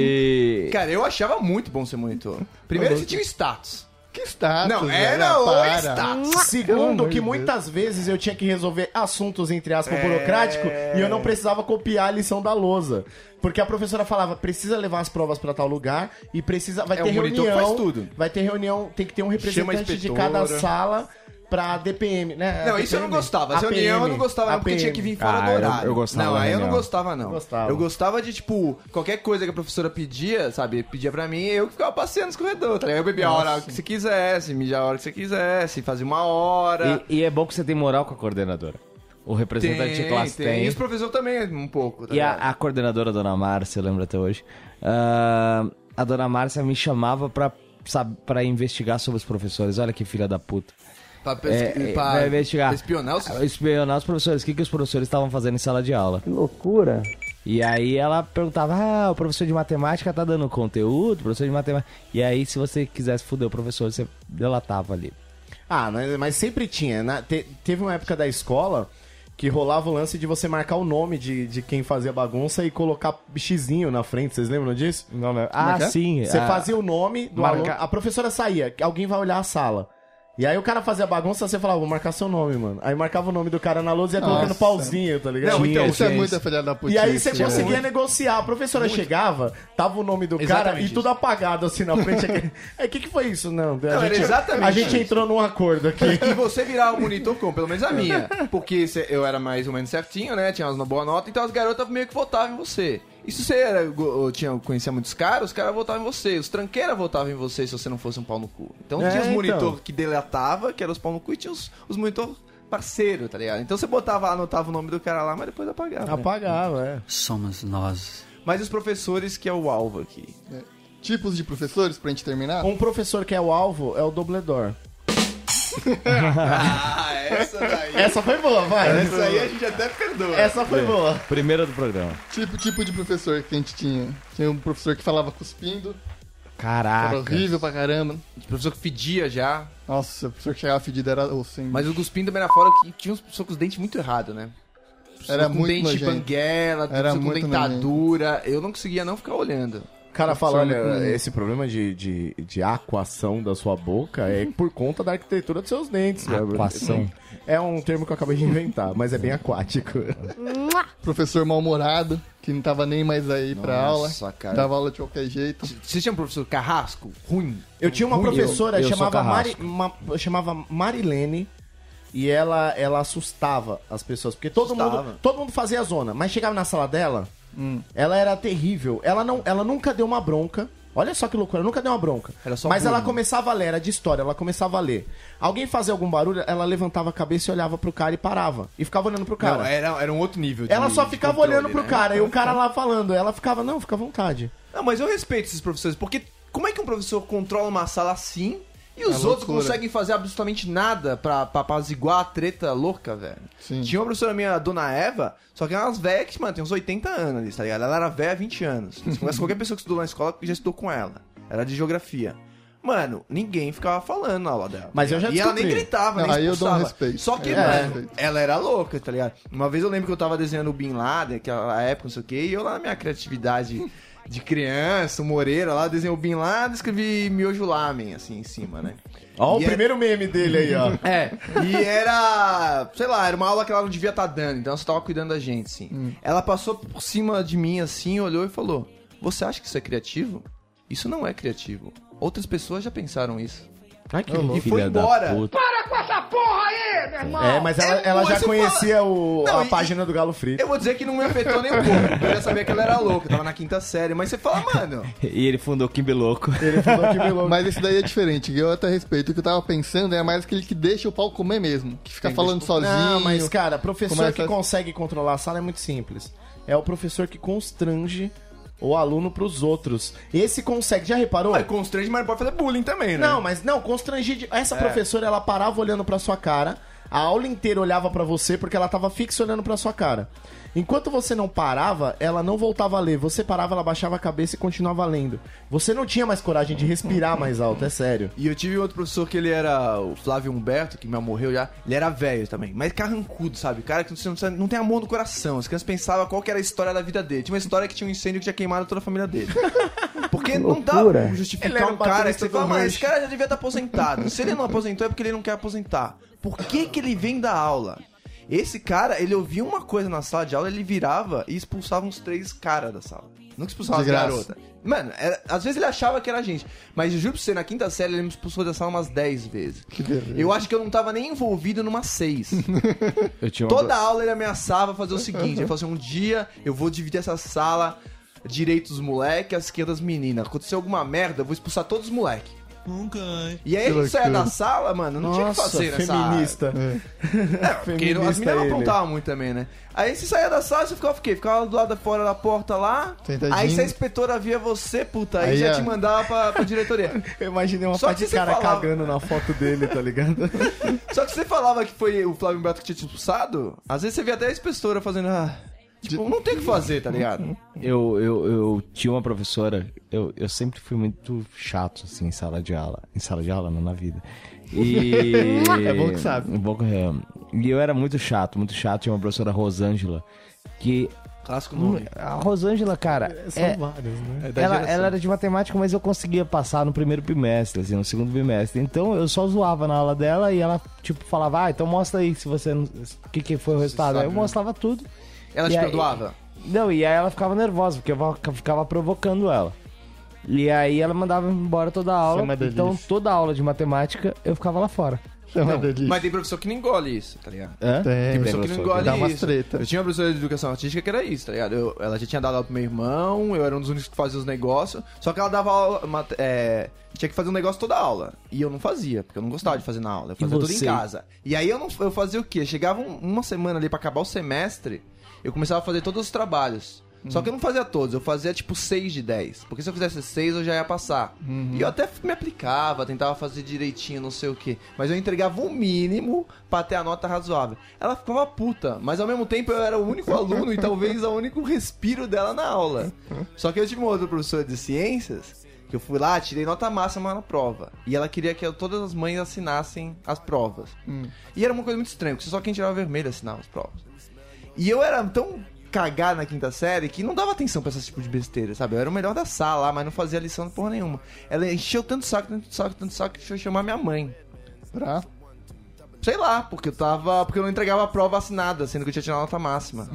E. Cara, eu achava muito bom ser monitor. Primeiro, você tinha o status. Que status, Não, velho, era ah, o para. status. Pelo amor Segundo, de que Deus. muitas vezes eu tinha que resolver assuntos, entre aspas, É. burocrático, e eu não precisava copiar a lição da lousa. Porque a professora falava, precisa levar as provas pra tal lugar e precisa. Vai É, ter o monitor reunião. faz tudo. Vai ter reunião, tem que ter um Chama a representante de cada inspetora. sala. pra DPM, né? Não, isso eu não gostava. Essa reunião eu não gostava, não, porque tinha que vir fora Ah, do eu- horário. eu gostava Não, da aí eu não reunião. gostava, não. Gostava. Eu gostava de, tipo, qualquer coisa que a professora pedia, sabe? Pedia pra mim, eu que ficava passeando nos corredores. Tá? ligado? Eu bebia a hora que você quisesse, mijava a hora que você quisesse, fazia uma hora. E, e é bom que você tem moral com a coordenadora. O tá representante de classe tem. E os professores também, um pouco. tá E a, ligado? a coordenadora, a dona Márcia, eu lembro até hoje. ah, a dona Márcia me chamava pra, sabe, pra investigar sobre os professores. Olha que filha da puta. Pra, pesqui- É, é, pra- vai investigar. pra espionar os... Espionar os professores. O que, que os professores estavam fazendo em sala de aula? Que loucura. E aí ela perguntava: Ah, o professor de matemática tá dando conteúdo, o professor de matemática. E aí, se você quisesse foder o professor, você delatava ali. Ah, mas, mas sempre tinha. né? Te- teve uma época da escola que rolava o lance de você marcar o nome de, de quem fazia bagunça e colocar xizinho na frente. Vocês lembram disso? Ah, Marcar? sim. Você ah, fazia o nome do marca- aluno. A professora saía, alguém vai olhar a sala. E aí o cara fazia bagunça, você falava, vou marcar seu nome, mano. Aí marcava o nome do cara na lousa e ia colocando Nossa. pauzinho, tá ligado? Não, Tinha, então, isso é tinha muita isso. filha da puta. E aí você isso, conseguia né? negociar. A professora chegava, tava o nome do cara Exatamente e tudo apagado assim na frente. É, o que, que foi isso? Não, a era gente, exatamente a gente isso. entrou num acordo aqui. E você virar o monitor como? Pelo menos a minha. Porque cê- eu era mais ou menos certinho, né? Tinha uma boa nota, então as garotas meio que votavam em você. E se você era, go- ou tinha, conhecia muitos caras, os caras votavam em você. Os tranqueiras votavam em você se você não fosse um pau no cu. Então É, tinha os então. monitor que delatava, que eram os pau no cu, e tinha os, os monitor parceiro, tá ligado? Então você botava, anotava o nome do cara lá, mas depois *laughs* apagava. Apagava, é. Somos nós. Ah, Mas os professores que é o alvo aqui. Tipos de professores, pra gente terminar? Um professor que é o alvo é o Dobledor. Ah, essa daí. Essa foi boa, *laughs* vai. essa aí é a gente até perdoa. É Essa foi boa. Primeira do programa. Tipo, tipo de professor que a gente tinha. Tinha um professor que falava cuspindo, era Caraca. horrível pra caramba. O professor que fedia já. Nossa, o professor que chegava fedido era o sim. Mas o Guspim também era fora que tinha uns pessoas com os dentes muito errados, né? Pessoa Era com muito dente nojento. banguela, Era pessoa com muito dentadura. Eu não conseguia não ficar olhando. O cara fala, Professor muito olha, ruim. esse problema de, de, de aquação da sua boca é por conta da arquitetura dos seus dentes. velho. Aquação. É um termo que eu acabei de inventar, mas é bem aquático. Professor mal-humorado, que não tava nem mais aí pra aula. Nossa, cara. Dava aula de qualquer jeito. Você tinha um professor carrasco? Ruim. Eu tinha uma professora, eu sou chamava, Mari, carrasco. ma- chamava Marilene, e ela, ela assustava as pessoas, porque todo Assustava. Hum. mundo, todo mundo fazia a zona, mas chegava na sala dela, ela era terrível. Ela, não, ela nunca deu uma bronca. Olha só que loucura, nunca deu uma bronca. Era só mas ela bullying. começava a ler, era de história, ela começava a ler. Alguém fazia algum barulho, ela levantava a cabeça e olhava pro cara e parava. E ficava olhando pro cara. Não, era, era um outro nível. de- Ela só de ficava controle, olhando pro né? cara, e *laughs* o cara lá falando. Ela ficava, não, fica à vontade. Não, mas eu respeito esses professores, porque como é que um professor controla uma sala assim e os É outros loucura. conseguem fazer absolutamente nada pra, pra apaziguar a treta louca, velho? Sim. Tinha uma professora minha, a dona Eva, só que ela é umas velhas que, mano, tem uns 80 anos ali, tá ligado? Ela era velha há 20 anos. Mas qualquer pessoa que estudou na escola já estudou com ela. Era de geografia. Mano, ninguém ficava falando na aula dela. tá Mas eu já E ela nem descobri. gritava, Não, nem aí eu dou um expulsava. respeito. Só que, Aí eu dou um mano, respeito. ela era louca, tá ligado? Uma vez eu lembro que eu tava desenhando o Bin Laden, aquela época, não sei o quê, e eu lá na minha criatividade de criança, o Moreira lá, desenhei o Bin Laden, escrevi Miojo Lamen, assim, em cima, né? Ó, E o é- primeiro meme dele aí, ó. É, e era. Sei lá, era uma aula que ela não devia estar dando, então ela só tava cuidando da gente, assim. Hum. Ela passou por cima de mim, assim, olhou e falou: Você acha que isso é criativo? Isso não é criativo. Outras pessoas já pensaram isso. Ai, que E foi Filha da embora. puta. É, mas ela, É, ela já você conhecia o- Não, a e- página do Galo Frito. Eu vou dizer que não me afetou nem um pouco. Eu já sabia que ela era louca, eu tava na quinta série. Mas você fala, mano. E ele fundou Kimbe Louco. *laughs* Ele falou que me Mas esse daí é diferente, eu até respeito. O que eu tava pensando é mais aquele que deixa o pau comer mesmo. Que fica falando sozinho. Não, mas é cara, professor Começa- que consegue controlar a sala é muito simples. É o professor que constrange o aluno pros outros. Esse consegue, já reparou? Ué, é constrange, mas pode fazer bullying também, né? Não, mas não, constrangir. de- É. Essa professora, ela parava olhando pra sua cara. A aula inteira olhava pra você porque ela tava fixa olhando pra sua cara. Enquanto você não parava, ela não voltava a ler. Você parava, ela baixava a cabeça e continuava lendo. Você não tinha mais coragem de respirar mais alto, é sério. E eu tive outro professor que ele era o Flávio Humberto, que já morreu já. Ele era velho também, mas carrancudo, sabe? Cara que não, não tem amor no coração. As crianças pensavam qual que era a história da vida dele. Tinha uma história que tinha um incêndio que tinha queimado toda a família dele. Porque não dá loucura. pra Ele era justificar um um cara que baterista você fala, do mas Rush." esse cara já devia estar aposentado. Se ele não aposentou é porque ele não quer aposentar. Por que que ele vem da aula? Esse cara, ele ouvia uma coisa na sala de aula, ele virava e expulsava uns três caras da sala. Nunca expulsava as De graça. garotas. Mano, era- às vezes ele achava que era a gente. Mas juro pra você, na quinta série ele me expulsou da sala umas 10 vezes. Que beleza. Eu acho que eu não tava nem envolvido numa 6. Eu tinha uma... Toda aula ele ameaçava fazer o seguinte: ele falou assim, um dia eu vou dividir essa sala direito dos moleques, à esquerda das meninas. Acontecer alguma merda, eu vou expulsar todos os moleques. E aí a gente saia da sala, mano, não tinha o que Nossa, fazer nessa É, feminista. É. porque não- as Feminista meninas ele. aprontavam muito também, né? Aí você saía da sala, você ficava o quê? Ficava do lado de fora da porta lá. Sentadinho. Aí se a inspetora via você, puta, aí, Aí já é. te mandava pra, pra diretoria. Eu imaginei uma Só parte que de você cara falava- cagando na foto dele, tá ligado? Só que você falava que foi o Flávio Beto que tinha te expulsado, às vezes você via até a inspetora fazendo. Ah, tipo, não tem o que fazer, tá ligado? Eu, eu, eu tinha uma professora, eu, eu sempre fui muito chato, assim, em sala de aula. Em sala de aula, não na vida. E... *laughs* É bom que sabe. É bom que- é. E eu era muito chato, muito chato. Tinha uma professora Rosângela, que... Clássico nome. A Rosângela, cara, São é- vários, né? ela, ela era de matemática, mas eu conseguia passar no primeiro bimestre, assim, no segundo bimestre. Então eu só zoava na aula dela e ela, tipo, falava, ah, então mostra aí se você. não- O que, que foi o resultado? né? Aí eu mostrava tudo. Ela E te aí- perdoava? Não, e aí ela ficava nervosa, porque eu va- ficava provocando ela. E aí ela mandava embora toda a é uma aula. delícia. então toda a aula de matemática eu ficava lá fora. É uma delícia. Mas tem professor que não engole isso, tá ligado? Hã? Tem, Tem pessoa que não engole dá umas isso. treta. Eu tinha uma professora de educação artística que era isso, tá ligado? Eu- ela já tinha dado aula pro meu irmão, eu era um dos únicos que fazia os negócios. Só que ela dava aula. mate- é, tinha que fazer um negócio toda aula. E eu não fazia, porque eu não gostava de fazer na aula. Eu fazia tudo em você? casa. E aí eu, não, eu fazia o quê? Chegava um- uma semana ali pra acabar o semestre, eu começava a fazer todos os trabalhos. Só que eu não fazia todos, eu fazia tipo 6 de 10. Porque se eu fizesse 6, eu já ia passar. E eu até me aplicava, tentava fazer direitinho, não sei o quê. Mas eu entregava o mínimo pra ter a nota razoável. Ela ficava puta, mas ao mesmo tempo eu era o único aluno e talvez o único respiro dela na aula. Só que eu tive uma outra professora de ciências, que eu fui lá, tirei nota máxima na prova. E ela queria que todas as mães assinassem as provas. E era uma coisa muito estranha, porque só quem tirava vermelho assinava as provas. E eu era tão cagado na quinta série que não dava atenção pra esse tipo de besteira, sabe? Eu era o melhor da sala lá, mas não fazia lição de porra nenhuma. Ela encheu tanto saco, tanto saco, tanto saco que deixou eu chamar minha mãe. Pra... Sei lá, porque eu tava. Porque eu não entregava a prova assinada, sendo que eu tinha tirado nota máxima.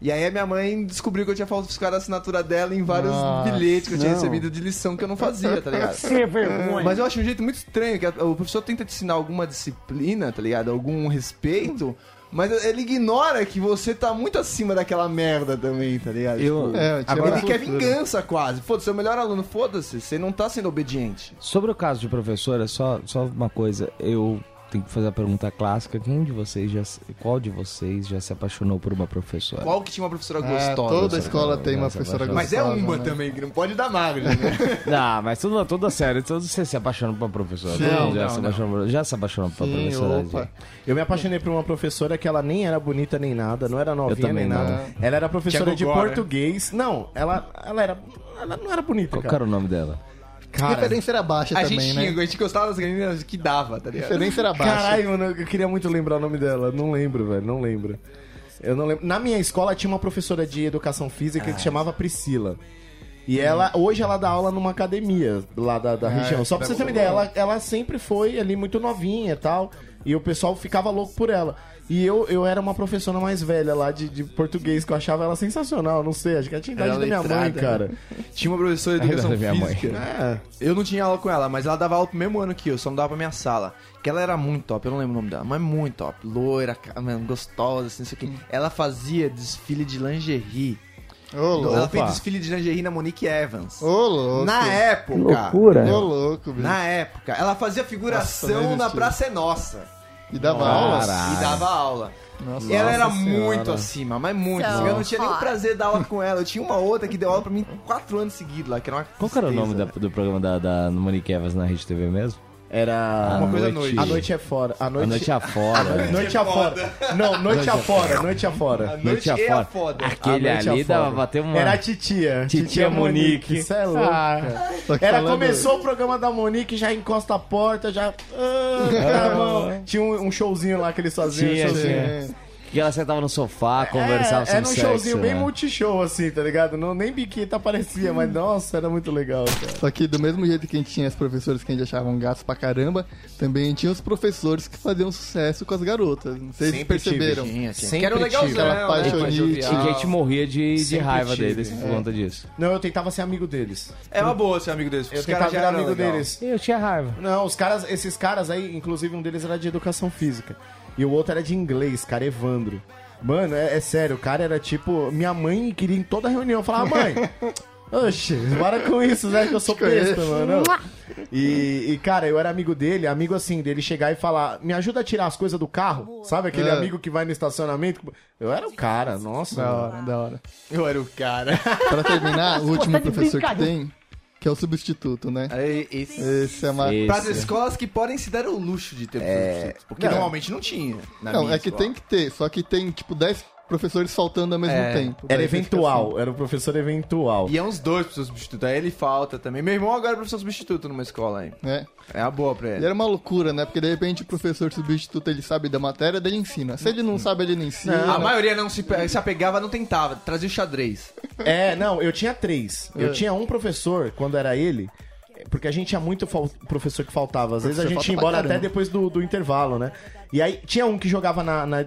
E aí a minha mãe descobriu que eu tinha falsificado a assinatura dela em vários Nossa, bilhetes que eu tinha não. recebido de lição que eu não fazia, tá ligado? Que vergonha. Mas eu acho um jeito muito estranho que a- o professor tenta te ensinar alguma disciplina, tá ligado? Algum respeito, mas ele ignora que você tá muito acima daquela merda também, tá ligado? Eu- Tipo, É, Agora ele tira quer cultura. vingança quase. Foda-se, você é o melhor aluno, foda-se, você não tá sendo obediente. Sobre o caso de professora, só, só uma coisa. Eu tenho que fazer a pergunta clássica. Quem de vocês já. se- Qual de vocês já se apaixonou por uma professora? Qual que tinha uma professora É, gostosa? toda sabe? escola tem uma professora gostosa. Mas é uma né? também, que não pode dar magro, né? *laughs* Não, mas toda, toda série, todos vocês então se apaixonam por uma professora. Sim, Todo mundo já, não, se não. apaixonou, por- já se apaixonou por Sim, uma né? professora. opa. gente. *laughs* Eu me apaixonei por uma professora que ela nem era bonita nem nada, não era novinha também nem não. nada. Ela era professora Tinha de gogó, né? português. Não, ela, ela era. Ela não era bonita, Qual cara. era o nome dela? A referência era baixa A também, gente né? tinha, a gente gostava das meninas que dava, tá A ligado? referência era baixa. Caralho, mano, eu queria muito lembrar o nome dela. Não lembro, velho, não lembro. Eu não lembro. Na minha escola tinha uma professora de educação física que chamava Priscila. E ela, hoje ela dá aula numa academia lá da, da região. Só pra você ter uma ideia, ela, ela sempre foi ali muito novinha e tal. E o pessoal ficava louco por ela. E eu, eu era uma professora mais velha lá de, de português, que eu achava ela sensacional, não sei, acho que ela tinha a idade Era da minha mãe, letrada. né? cara. Tinha uma professora de educação minha mãe. física. É. Eu não tinha aula com ela, mas ela dava aula pro mesmo ano que eu, só não dava pra minha sala. Que ela era muito top, eu não lembro o nome dela, mas muito top. Loira, ca- mano, gostosa, assim, não sei o quê. Ela fazia desfile de lingerie. Ô, louco. Ela fez desfile de lingerie na Monique Evans. Ô, louco. na época. Loucura. Ô, louco, bicho. Na época, ela fazia Nossa, figuração não na existiu. Praça é Nossa. E dava aulas. E dava aula. Nossa, ela era Nossa muito acima, mas muito. So eu não tinha nem o hot. prazer de dar aula com ela. Eu tinha uma outra que deu aula pra mim quatro anos seguidos lá, que era uma. Qual que era o nome da- do programa da, da Monique Evans na Rede TV mesmo? Era. A uma coisa noite- noite. A noite é fora. A A noite, Noite é Afora. Noite afora. Não, noite afora, noite é afora. Noite Noite e a Afora. Ah, foda. Ah, Aquele A noite ali afora. dava bater uma... Era a titia. Titia Monique. Ah. Isso é louco. cara. Só que Ela falando- começou o programa da Monique, já encosta a porta, já. Ah, tá bom. Tinha um, um showzinho lá que eles faziam. um Ah. Tinha, É. É. showzinho. tinha. que ela sentava no sofá, conversava sobre Era um sexo. showzinho bem né? multishow, assim, tá ligado? Não, nem biqueta aparecia, mas nossa, era muito legal, cara. Só que do mesmo jeito que a gente tinha os professores que a gente achava um gato pra caramba, também tinha os professores que faziam sucesso com as garotas. Não sei se Sempre tive, perceberam. Sempre Quero legalzão, tive. né? Aquela paixonite. E que a gente morria de, de Sempre raiva tive, deles por é. conta disso. Não, eu tentava ser amigo deles. É uma boa ser amigo deles. Eu Os tentava caras já virar eram amigo legal. deles. Eu tinha raiva. Não, os caras, esses caras aí, inclusive um deles era de educação física. E o outro era de inglês, cara, Evandro. Mano, é, é sério, o cara era tipo. Minha mãe queria em toda reunião falar, "Ah, mãe. Oxe, para com isso, né? Que eu sou besta, mano. E, e, cara, eu era amigo dele, amigo assim, dele chegar e falar: me ajuda a tirar as coisas do carro, sabe? Aquele É. amigo que vai no estacionamento. Eu era o cara, nossa. Da mano. hora, da hora. Eu era o cara. Pra terminar, o último tá de professor que brincadeira. tem, que é o substituto, né? Aí, esse- Esse é uma... Para as Esse. É. escolas que podem se dar o luxo de ter professores, porque Não. normalmente não tinha. na Não, minha é que escola. tem que ter, só que tem, tipo, 10 professores faltando ao mesmo É, tempo. Era Daí você fica assim. eventual, era o professor eventual. E é uns dois professores substitutos. Aí ele falta também. Meu irmão agora é professor substituto numa escola aí. É. É a boa pra E ele. era uma loucura, né? Porque de repente o professor substituto ele sabe da matéria, daí ele ensina. Se ele não sabe, ele não ensina. A maioria não se, pe- se apegava, não tentava. Trazia o xadrez. É, não, eu tinha três. Ah. Eu tinha um professor, quando era ele, porque a gente tinha muito fal- professor que faltava. Às vezes a Professor gente ia falta pra embora até caramba. depois do, do intervalo, né? E aí tinha um que jogava na, na-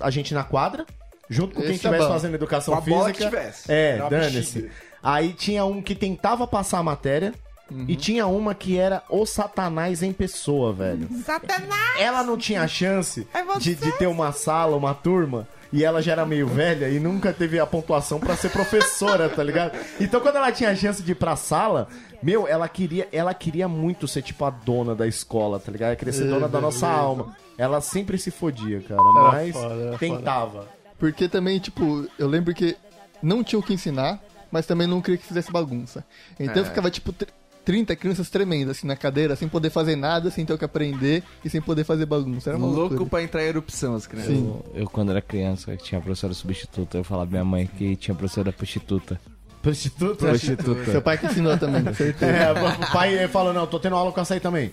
a gente na quadra, junto com Esse quem é estivesse bom. fazendo educação Com a Então, física. bola que tivesse. É, Era uma dane-se. bexiga. Aí tinha um que tentava passar a matéria. Uhum. E tinha uma que era o Satanás em pessoa, velho. *laughs* Satanás! Ela não tinha chance É você? de, de ter uma sala, uma turma. E ela já era meio velha e nunca teve a pontuação pra ser professora, tá ligado? Então quando ela tinha a chance de ir pra sala, meu, ela queria, ela queria muito ser tipo a dona da escola, tá ligado? Ela queria ser dona da nossa Uhum. alma. Ela sempre se fodia, cara, mas foda, era tentava. Porque também, tipo, eu lembro que não tinha o que ensinar, mas também não queria que fizesse bagunça. Então ficava, tipo, tr- 30 crianças tremendas, assim, na cadeira, sem poder fazer nada, sem ter o que aprender e sem poder fazer É bagunça. Era uma Louco loucura. pra entrar em erupção as crianças. Sim. Eu, eu, quando era criança, que tinha professora substituta, eu falava pra minha mãe que tinha professora *laughs* prostituta. Prostituta? Seu Prostituta. pai que ensinou também, *laughs* com certeza. É, o pai falou, não, tô tendo aula com essa aí também.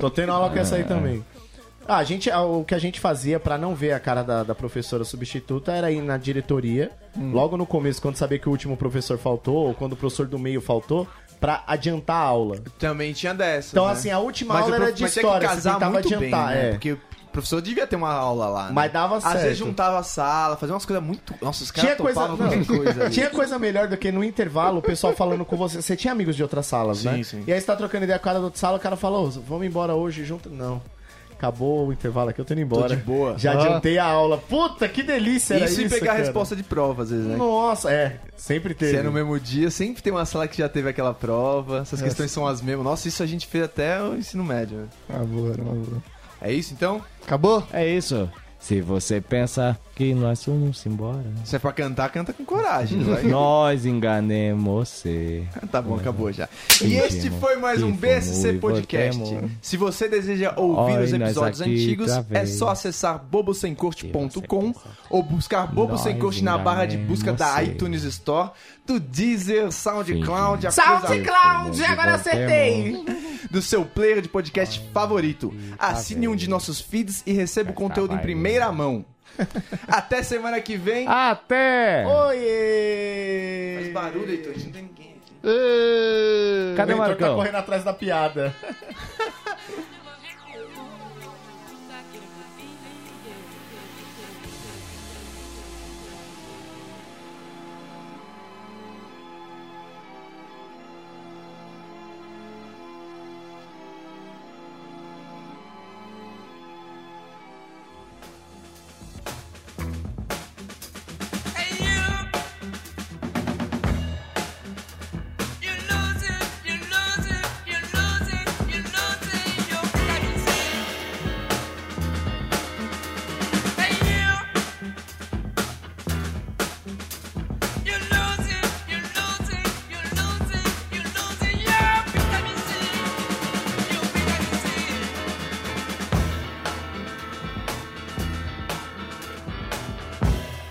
Tô tendo aula com essa aí também. Ah, a gente, o que a gente fazia pra não ver a cara da, da professora substituta era ir na diretoria, logo no começo, quando sabia que o último professor faltou, ou quando o professor do meio faltou, pra adiantar a aula. Também tinha dessa. Então, né? assim, a última Mas o aula prof- era de mas tinha história, que você casar tentava muito bem, adiantar, né? é. Porque o professor devia ter uma aula lá. né? Mas dava Às certo. vezes juntava a sala, fazia umas coisas muito. Nossa, os caras Tinha coisa- topavam não. qualquer coisa. ali. Tinha coisa melhor do que no intervalo o pessoal falando com você. Você tinha amigos de outras salas, Sim, né? sim. E aí você tá trocando ideia com o cara da outra sala, o cara falou, vamos embora hoje junto? Não. Acabou o intervalo aqui, eu tô indo embora. Tô de boa. Já adiantei a aula. Puta, que delícia era Isso isso, e pegar a cara. resposta de prova, às vezes, né? Nossa, é. Sempre teve. Se é no mesmo dia, sempre tem uma sala que já teve aquela prova, essas questões são as mesmas. Nossa, isso a gente fez até o ensino médio. né? Uma boa, era uma boa. É isso então? Acabou? É isso. Se você pensa que nós *laughs* vamos embora, Se é pra cantar, canta com coragem, vai. nós enganemos você. Tá bom, acabou já. E este foi mais um Sim, BSC fomos, Podcast. voltemos. Se você deseja ouvir Oi, os nós episódios aqui antigos, outra é vez. só acessar bobosemcorte.com ou buscar Bobo Nós Sem Corte na barra de enganemos busca da você. iTunes Store, do Deezer, SoundCloud, a coisa SoundCloud! Agora acertei! do seu player de podcast favorito. tá Assine um de nossos feeds e receba o conteúdo em né? primeira *laughs* mão. Até semana que vem. Até! Faz barulho, Heitor, a gente não tem ninguém. Ê! Cadê O o Heitor tá Marcão? correndo atrás da piada.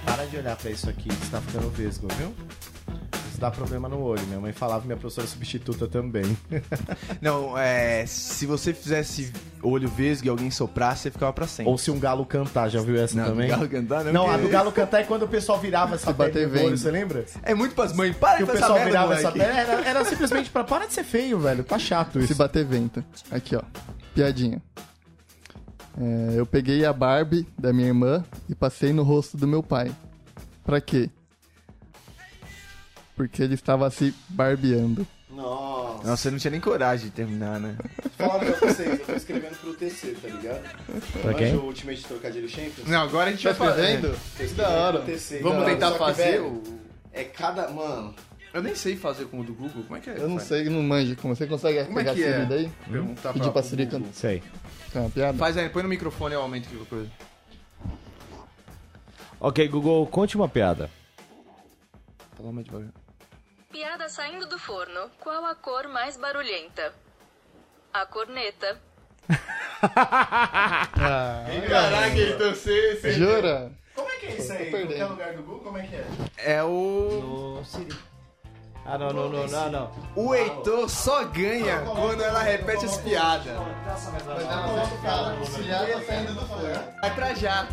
Para de olhar pra isso aqui, você tá ficando vesgo, viu? Você dá problema no olho. Minha mãe falava, minha professora *laughs* substituta também. Não, é. Se você fizesse olho vesgo e alguém soprasse, você ficava pra sempre. Ou se um galo cantar, já viu essa Não, do também? galo cantar não, Não, que a é do isso. galo cantar é quando o pessoal virava essa bater perna no olho, vento. você lembra? É muito pras mães. Para de Que o fazer pessoal merda, virava essa moleque. perna. Era, era simplesmente pra para de ser feio, velho. Tá chato Se isso. bater vento. Aqui, ó. Piadinha. É, eu peguei a Barbie da minha irmã e passei no rosto do meu pai. Pra quê? Porque ele estava se barbeando. Nossa. Nossa, você não tinha nem coragem de terminar, né? Fala pra vocês, eu tô escrevendo pro TC, tá ligado? Pra quem? o Ultimate Trocadilho Champions. Não, agora a gente vai Tá é. fazendo. Que da hora. então, Vamos tentar fazer É cada. Mano. Eu nem sei fazer como o do Google. Como é que é? Eu não sei, não manjo. Como você consegue Como é pegar que é? a daí? Perguntar Pedir pra Siri cantar Sei. uma piada? Faz aí, põe no microfone e aumenta aqui coisa. Ok, Google, conte uma piada. Fala mais devagar. Piada saindo do forno. Qual a cor mais barulhenta? A corneta. Caraca, então você. Jura? Como é que é isso aí? Tô perdendo. Qualquer lugar do Google, como é que é? É o. Ah, não, não, não, não, não. O Heitor só ganha quando ela repete as piadas. Vai pra já.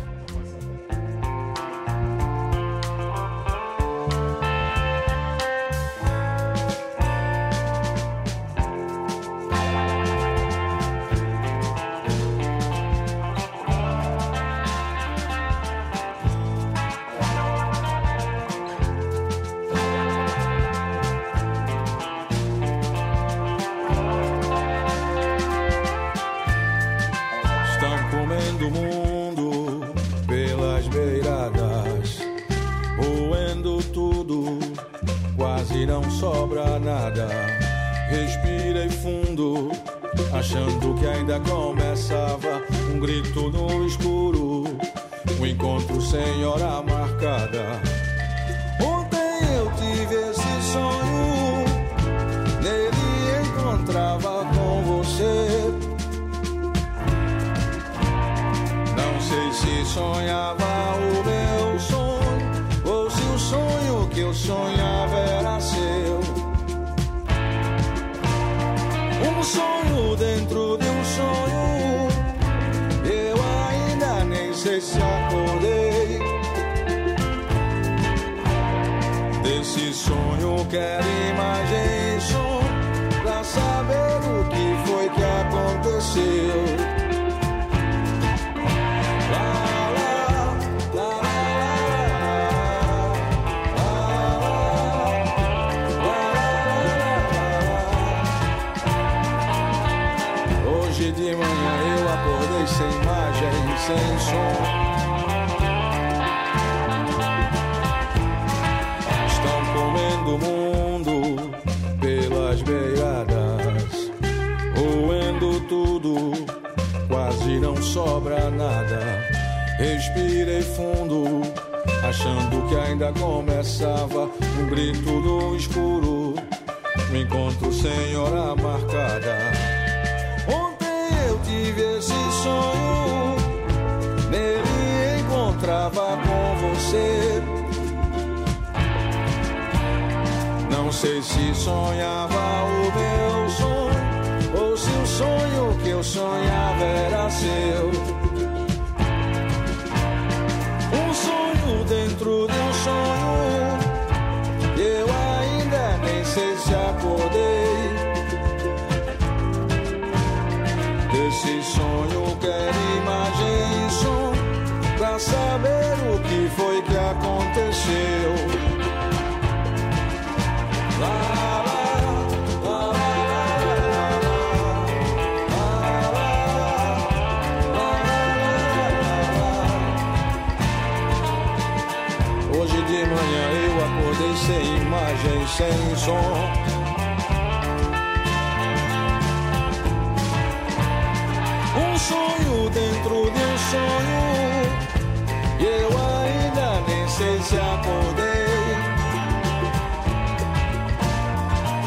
Estão comendo o mundo pelas beiradas, roendo tudo, quase não sobra nada. Respirei fundo, achando que ainda começava um grito no escuro, um encontro sem hora marcada. Ontem eu tive esse sonho, nele encontrava com você. Não sei se sonhava o meu sonho ou se o sonho que eu sonhava era seu. Um sonho dentro de um sonho, eu ainda nem sei se acordei. Desse sonho quero imagem e som pra saber o que foi que aconteceu. Hoje de manhã eu acordei sem imagem, sem som. Estão comendo o mundo pelas beiradas, roendo tudo, quase não sobra nada. Respirei fundo, achando que ainda começava um grito no escuro, um encontro sem hora marcada. Ontem eu tive esse sonho, nele encontrava com você. Não sei se sonhava o meu sonho, ou se o sonho que eu sonhava era seu. Um sonho dentro de um sonho, eu ainda nem sei se acordei. Desse sonho quero imagem e som, pra saber o que foi que aconteceu. Hoje de manhã eu acordei sem imagem, sem som. Um sonho dentro de um sonho. E eu ainda nem sei se acordei.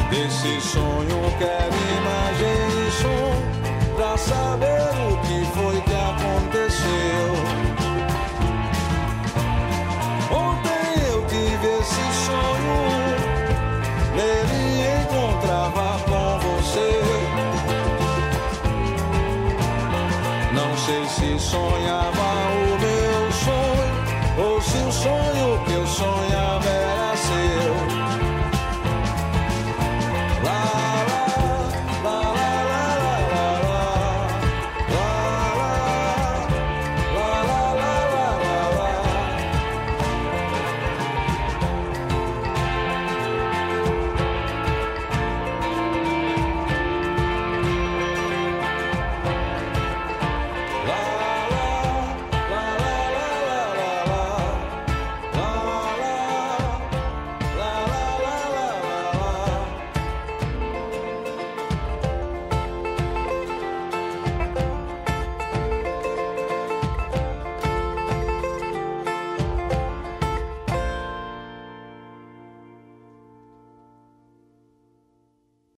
Desse sonho quero imagem e som. Pra saber o que foi que aconteceu. Ontem eu tive esse sonho, sonhava